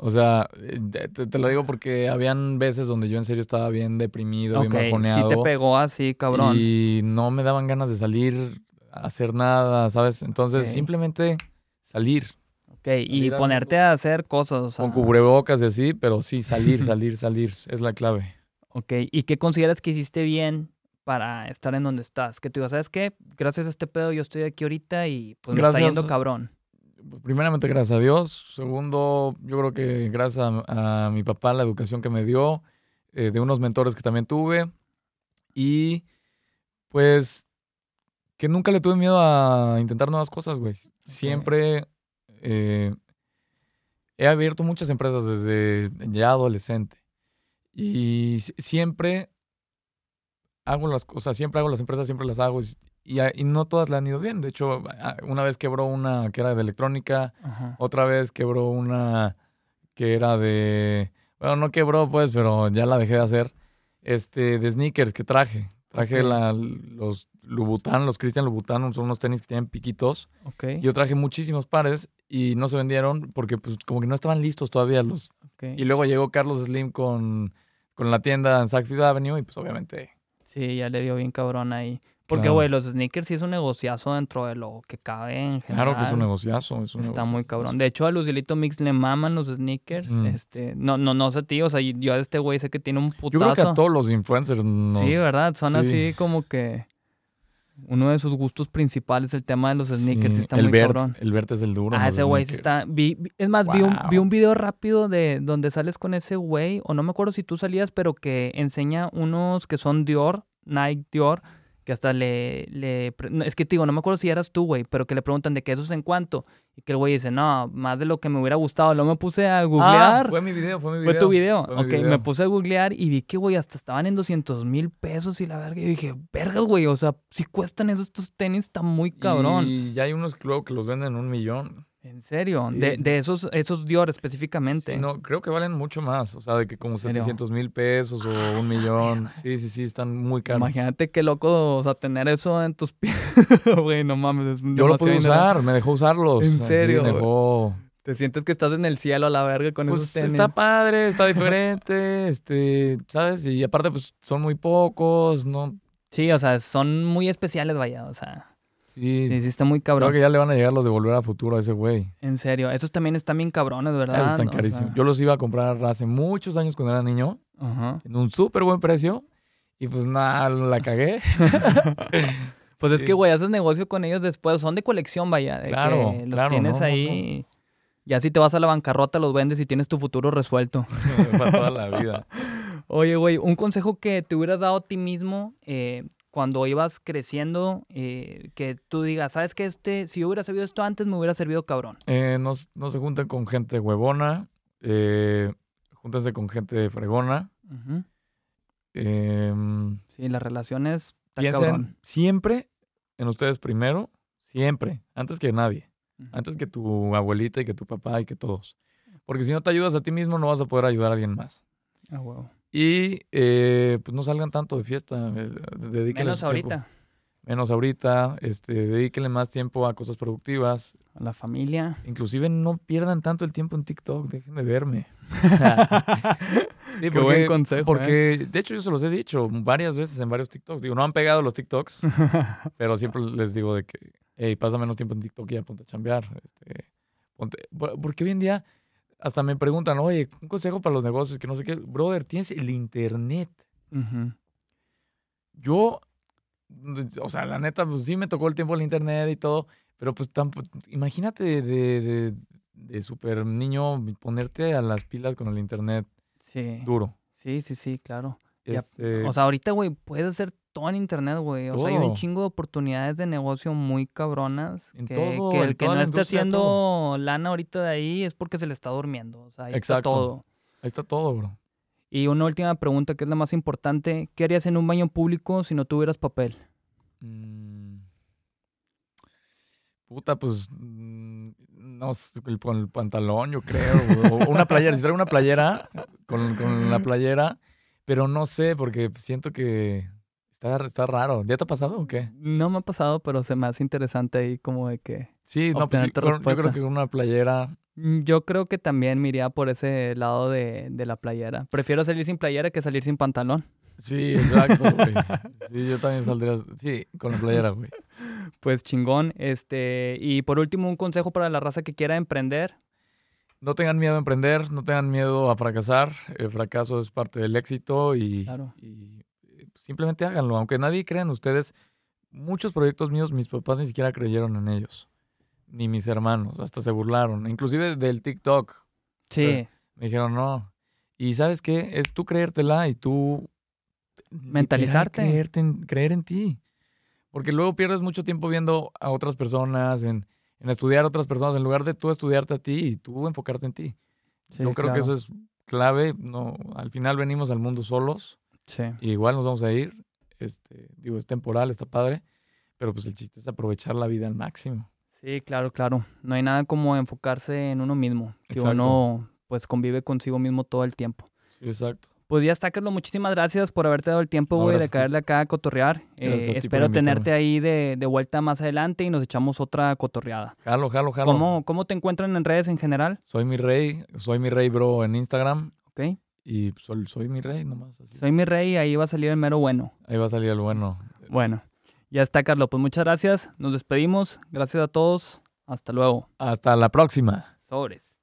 Speaker 2: o sea, eh, te, te lo digo porque habían veces donde yo en serio estaba bien deprimido,
Speaker 1: ok,
Speaker 2: bien bajoneado.
Speaker 1: sí te pegó así, cabrón.
Speaker 2: Y no me daban ganas de salir a hacer nada, ¿sabes? Entonces,
Speaker 1: Ok.
Speaker 2: simplemente salir.
Speaker 1: ok, y
Speaker 2: salir al
Speaker 1: ponerte a hacer cosas, o sea.
Speaker 2: Con cubrebocas y así, pero sí, salir,
Speaker 1: (laughs)
Speaker 2: salir, salir. Es la clave.
Speaker 1: Ok, ¿y qué consideras que hiciste bien para estar en donde estás? Que tú digas, ¿sabes qué? Gracias a este pedo yo estoy aquí ahorita y pues me está
Speaker 2: Gracias.
Speaker 1: yendo cabrón.
Speaker 2: Primeramente, gracias a Dios. Segundo, yo creo que gracias a, a mi papá, la educación que me dio, eh, de unos mentores que también tuve. Y pues que nunca le tuve miedo a intentar nuevas cosas, güey. Siempre eh, he abierto muchas empresas desde ya adolescente. Y si- siempre hago las cosas, siempre hago las empresas, siempre las hago. Y, y a- y no todas le han ido bien. De hecho, a- una vez quebró una que era de electrónica,
Speaker 1: Ajá.
Speaker 2: otra vez quebró una que era de. Bueno, no quebró, pues, pero ya la dejé de hacer. Este, de sneakers que traje. Traje
Speaker 1: Ok.
Speaker 2: la- los Louboutin, los Christian Louboutin, son unos tenis que tienen piquitos.
Speaker 1: Ok,
Speaker 2: Yo traje muchísimos pares y no se vendieron porque, pues, como que no estaban listos todavía los.
Speaker 1: ok.
Speaker 2: Y luego llegó Carlos Slim con, con la tienda en Saks Fifth Avenue y, pues, obviamente.
Speaker 1: Sí, ya le dio bien cabrón ahí. Porque,
Speaker 2: Claro.
Speaker 1: güey, los sneakers sí es un negociazo dentro de lo que cabe en general.
Speaker 2: Claro que es un negociazo. es un
Speaker 1: Está
Speaker 2: negocio.
Speaker 1: muy cabrón. De hecho, a Lucielito Mix le maman los sneakers.
Speaker 2: Mm.
Speaker 1: Este, no, no, no sé, tío. O sea, yo a este güey sé que tiene un putazo.
Speaker 2: Yo creo que a todos los influencers nos.
Speaker 1: Sí, ¿verdad? Son
Speaker 2: sí.
Speaker 1: así como que uno de sus gustos principales, el tema de los sneakers, sí,
Speaker 2: Sí,
Speaker 1: está
Speaker 2: el
Speaker 1: muy
Speaker 2: Bert,
Speaker 1: cabrón.
Speaker 2: El Bert es el duro. en
Speaker 1: Ah,
Speaker 2: los
Speaker 1: ese güey sí
Speaker 2: sneakers.
Speaker 1: está. Vi, vi- es más, vi, un, vi
Speaker 2: Wow.
Speaker 1: un video rápido de donde sales con ese güey, o no me acuerdo si tú salías, pero que enseña unos que son Dior, Nike Dior, que hasta le, le pre- no, es que te digo, no me acuerdo si eras tú, güey, pero que le preguntan de que eso es en cuánto, y que el güey dice, no, más de lo que me hubiera gustado, luego me puse a googlear,
Speaker 2: Ah, Fue mi video, fue mi video.
Speaker 1: fue tu video,
Speaker 2: Fue mi
Speaker 1: ok,
Speaker 2: video.
Speaker 1: me puse a googlear y vi que, güey, hasta estaban en 200 mil pesos y la verga, y yo dije, vergas, güey, o sea, si cuestan esos estos tenis, está muy cabrón,
Speaker 2: Y ya hay unos que luego que los venden en un millón.
Speaker 1: en serio,
Speaker 2: Sí.
Speaker 1: de, de esos, esos Dior específicamente,
Speaker 2: Sí, no, creo que valen mucho más. O sea, de que como
Speaker 1: ¿En serio? Ah,
Speaker 2: 700 mil pesos o un millón. Sí, sí, sí, están muy caros.
Speaker 1: imagínate qué loco, o sea, tener eso en tus (laughs) pies, güey, no mames, es
Speaker 2: Yo lo
Speaker 1: demasiado
Speaker 2: pude
Speaker 1: dinero.
Speaker 2: usar, me dejó usarlos.
Speaker 1: ¿En
Speaker 2: Así, me
Speaker 1: serio?
Speaker 2: dejó-
Speaker 1: Te sientes que estás en el cielo a la verga con esos
Speaker 2: Pues
Speaker 1: tenis.
Speaker 2: está padre, está diferente, (laughs) este, ¿sabes? Y aparte, pues son muy pocos, ¿no?
Speaker 1: Sí, o sea, son muy especiales, vaya, o sea.
Speaker 2: Sí,
Speaker 1: Sí, sí, está muy
Speaker 2: creo
Speaker 1: cabrón.
Speaker 2: que ya le van a llegar los de volver a futuro a ese güey.
Speaker 1: En serio, esos también están bien cabrones, ¿verdad?
Speaker 2: Esos están
Speaker 1: O sea,
Speaker 2: carísimos. Yo los iba a comprar hace muchos años cuando era niño,
Speaker 1: ajá.
Speaker 2: en un súper buen precio, y pues nada, la cagué. (laughs)
Speaker 1: Pues es
Speaker 2: Sí.
Speaker 1: que, güey, haces negocio con ellos después. Son de colección, vaya. de
Speaker 2: Claro,
Speaker 1: que los
Speaker 2: claro,
Speaker 1: tienes
Speaker 2: no, no,
Speaker 1: ahí. y- Y así te vas a la bancarrota, los vendes y tienes tu futuro resuelto.
Speaker 2: para toda la vida.
Speaker 1: Oye, güey, un consejo que te hubieras dado a ti mismo eh, cuando ibas creciendo, eh, que tú digas, ¿sabes qué? Este, si yo hubiera sabido esto antes, me hubiera servido cabrón.
Speaker 2: Eh, no, s- no se junten con gente huevona, eh, júntense con gente fregona.
Speaker 1: Ujú.
Speaker 2: em,
Speaker 1: Sí, las relaciones. está
Speaker 2: piensen
Speaker 1: cabrón.
Speaker 2: siempre en ustedes primero, siempre, antes que nadie,
Speaker 1: Ujú.
Speaker 2: antes que tu abuelita y que tu papá y que todos. Porque si no te ayudas a ti mismo, no vas a poder ayudar a alguien más.
Speaker 1: Ah, huevo.
Speaker 2: Y eh, pues no salgan tanto de fiesta. eh, dedíquenle
Speaker 1: Menos
Speaker 2: su tiempo.
Speaker 1: ahorita.
Speaker 2: Menos ahorita. Este, dedíquenle más tiempo a cosas productivas.
Speaker 1: A la familia.
Speaker 2: Inclusive no pierdan tanto el tiempo en TikTok. Dejen
Speaker 1: (laughs)
Speaker 2: de verme. Sí,
Speaker 1: Qué buen consejo, ¿eh?
Speaker 2: Porque, de hecho, yo se los he dicho varias veces en varios TikToks. Digo, no han pegado los
Speaker 1: (laughs)
Speaker 2: TikToks, pero siempre les digo de que, hey, pasa menos tiempo en TikTok y ya ponte a chambear. Este, ponte- por- Porque hoy en día hasta me preguntan, oye, un consejo para los negocios, que no sé qué. Brother, tienes el internet.
Speaker 1: Ujú.
Speaker 2: Yo, o sea, la neta, pues sí me tocó el tiempo del internet y todo, pero pues tampoco, imagínate de, de, de- de super niño ponerte a las pilas con el internet
Speaker 1: Sí.
Speaker 2: duro.
Speaker 1: Sí, sí, sí, claro. Ya,
Speaker 2: Este,
Speaker 1: O sea, ahorita, güey, puedes hacer todo en internet, güey. O sea, hay un
Speaker 2: Todo.
Speaker 1: chingo de oportunidades de negocio muy cabronas.
Speaker 2: En
Speaker 1: que,
Speaker 2: todo,
Speaker 1: que
Speaker 2: en
Speaker 1: el que
Speaker 2: toda
Speaker 1: no
Speaker 2: la
Speaker 1: esté
Speaker 2: industria,
Speaker 1: haciendo
Speaker 2: todo.
Speaker 1: lana ahorita de ahí es porque se le está durmiendo. O sea, ahí está
Speaker 2: Exacto.
Speaker 1: todo.
Speaker 2: ahí está todo, bro.
Speaker 1: Y una última pregunta que es la más importante. ¿Qué harías en un baño público si no tuvieras papel?
Speaker 2: Mm. Puta, pues. mm, No, sé, el- con el pantalón, yo creo. o una playera. Si traigo una playera, con, con la playera. Pero no sé, porque siento que está, está raro. ¿Ya te ha pasado o qué?
Speaker 1: No me ha pasado, pero se me hace interesante ahí como de que...
Speaker 2: Sí, no, pues,
Speaker 1: Obtener
Speaker 2: yo,
Speaker 1: tu
Speaker 2: creo- yo
Speaker 1: respuesta.
Speaker 2: creo que con una playera.
Speaker 1: Mm, Yo creo que también me iría por ese lado de, de la playera. Prefiero salir sin playera que salir sin pantalón.
Speaker 2: Sí, (laughs) exacto, güey. Sí, yo también saldría. Sí, con la playera, güey.
Speaker 1: Pues chingón. Este, y por último, un consejo para la raza que quiera emprender.
Speaker 2: No tengan miedo a emprender, no tengan miedo a fracasar. El fracaso es parte del éxito y,
Speaker 1: Claro.
Speaker 2: y, eh, simplemente háganlo. Aunque nadie crea en ustedes, muchos proyectos míos, mis papás ni siquiera creyeron en ellos, ni mis hermanos, hasta se burlaron. Inclusive del TikTok,
Speaker 1: Sí,
Speaker 2: Sí. me dijeron no. Y sabes qué, es tú creértela y tú... literal,
Speaker 1: Mentalizarte.
Speaker 2: creerte en- creer en ti. Porque luego pierdes mucho tiempo viendo a otras personas, en, en estudiar a otras personas, en lugar de tú estudiarte a ti y tú enfocarte en ti. Yo creo que eso es clave. No, al final venimos al mundo solos.
Speaker 1: Sí,
Speaker 2: y igual nos vamos a ir. Este, digo, es temporal, está padre. Pero pues el chiste es aprovechar la vida al máximo.
Speaker 1: sí, claro, claro. No hay nada como enfocarse en uno mismo. Que
Speaker 2: Exacto.
Speaker 1: uno pues convive consigo mismo todo el tiempo.
Speaker 2: Sí, exacto.
Speaker 1: Pues ya está, Carlos. Muchísimas gracias por haberte dado el tiempo,
Speaker 2: No,
Speaker 1: güey, de
Speaker 2: gracias a ti.
Speaker 1: caerle acá a cotorrear.
Speaker 2: Gracias
Speaker 1: Eh,
Speaker 2: a ti por
Speaker 1: espero
Speaker 2: invitarme.
Speaker 1: tenerte ahí de, de vuelta más adelante y nos echamos otra cotorreada.
Speaker 2: Jalo, jalo, jalo.
Speaker 1: ¿Cómo, ¿Cómo te encuentran en redes en general?
Speaker 2: Soy mi rey, soy mi rey, bro, en Instagram.
Speaker 1: Ok.
Speaker 2: Y pues, soy, soy mi rey nomás. así.
Speaker 1: Soy mi rey y ahí va a salir el mero bueno.
Speaker 2: Ahí va a salir el bueno.
Speaker 1: Bueno, ya está, Carlos. Pues muchas gracias. Nos despedimos. Gracias a todos. Hasta luego.
Speaker 2: Hasta la próxima.
Speaker 1: Sobres.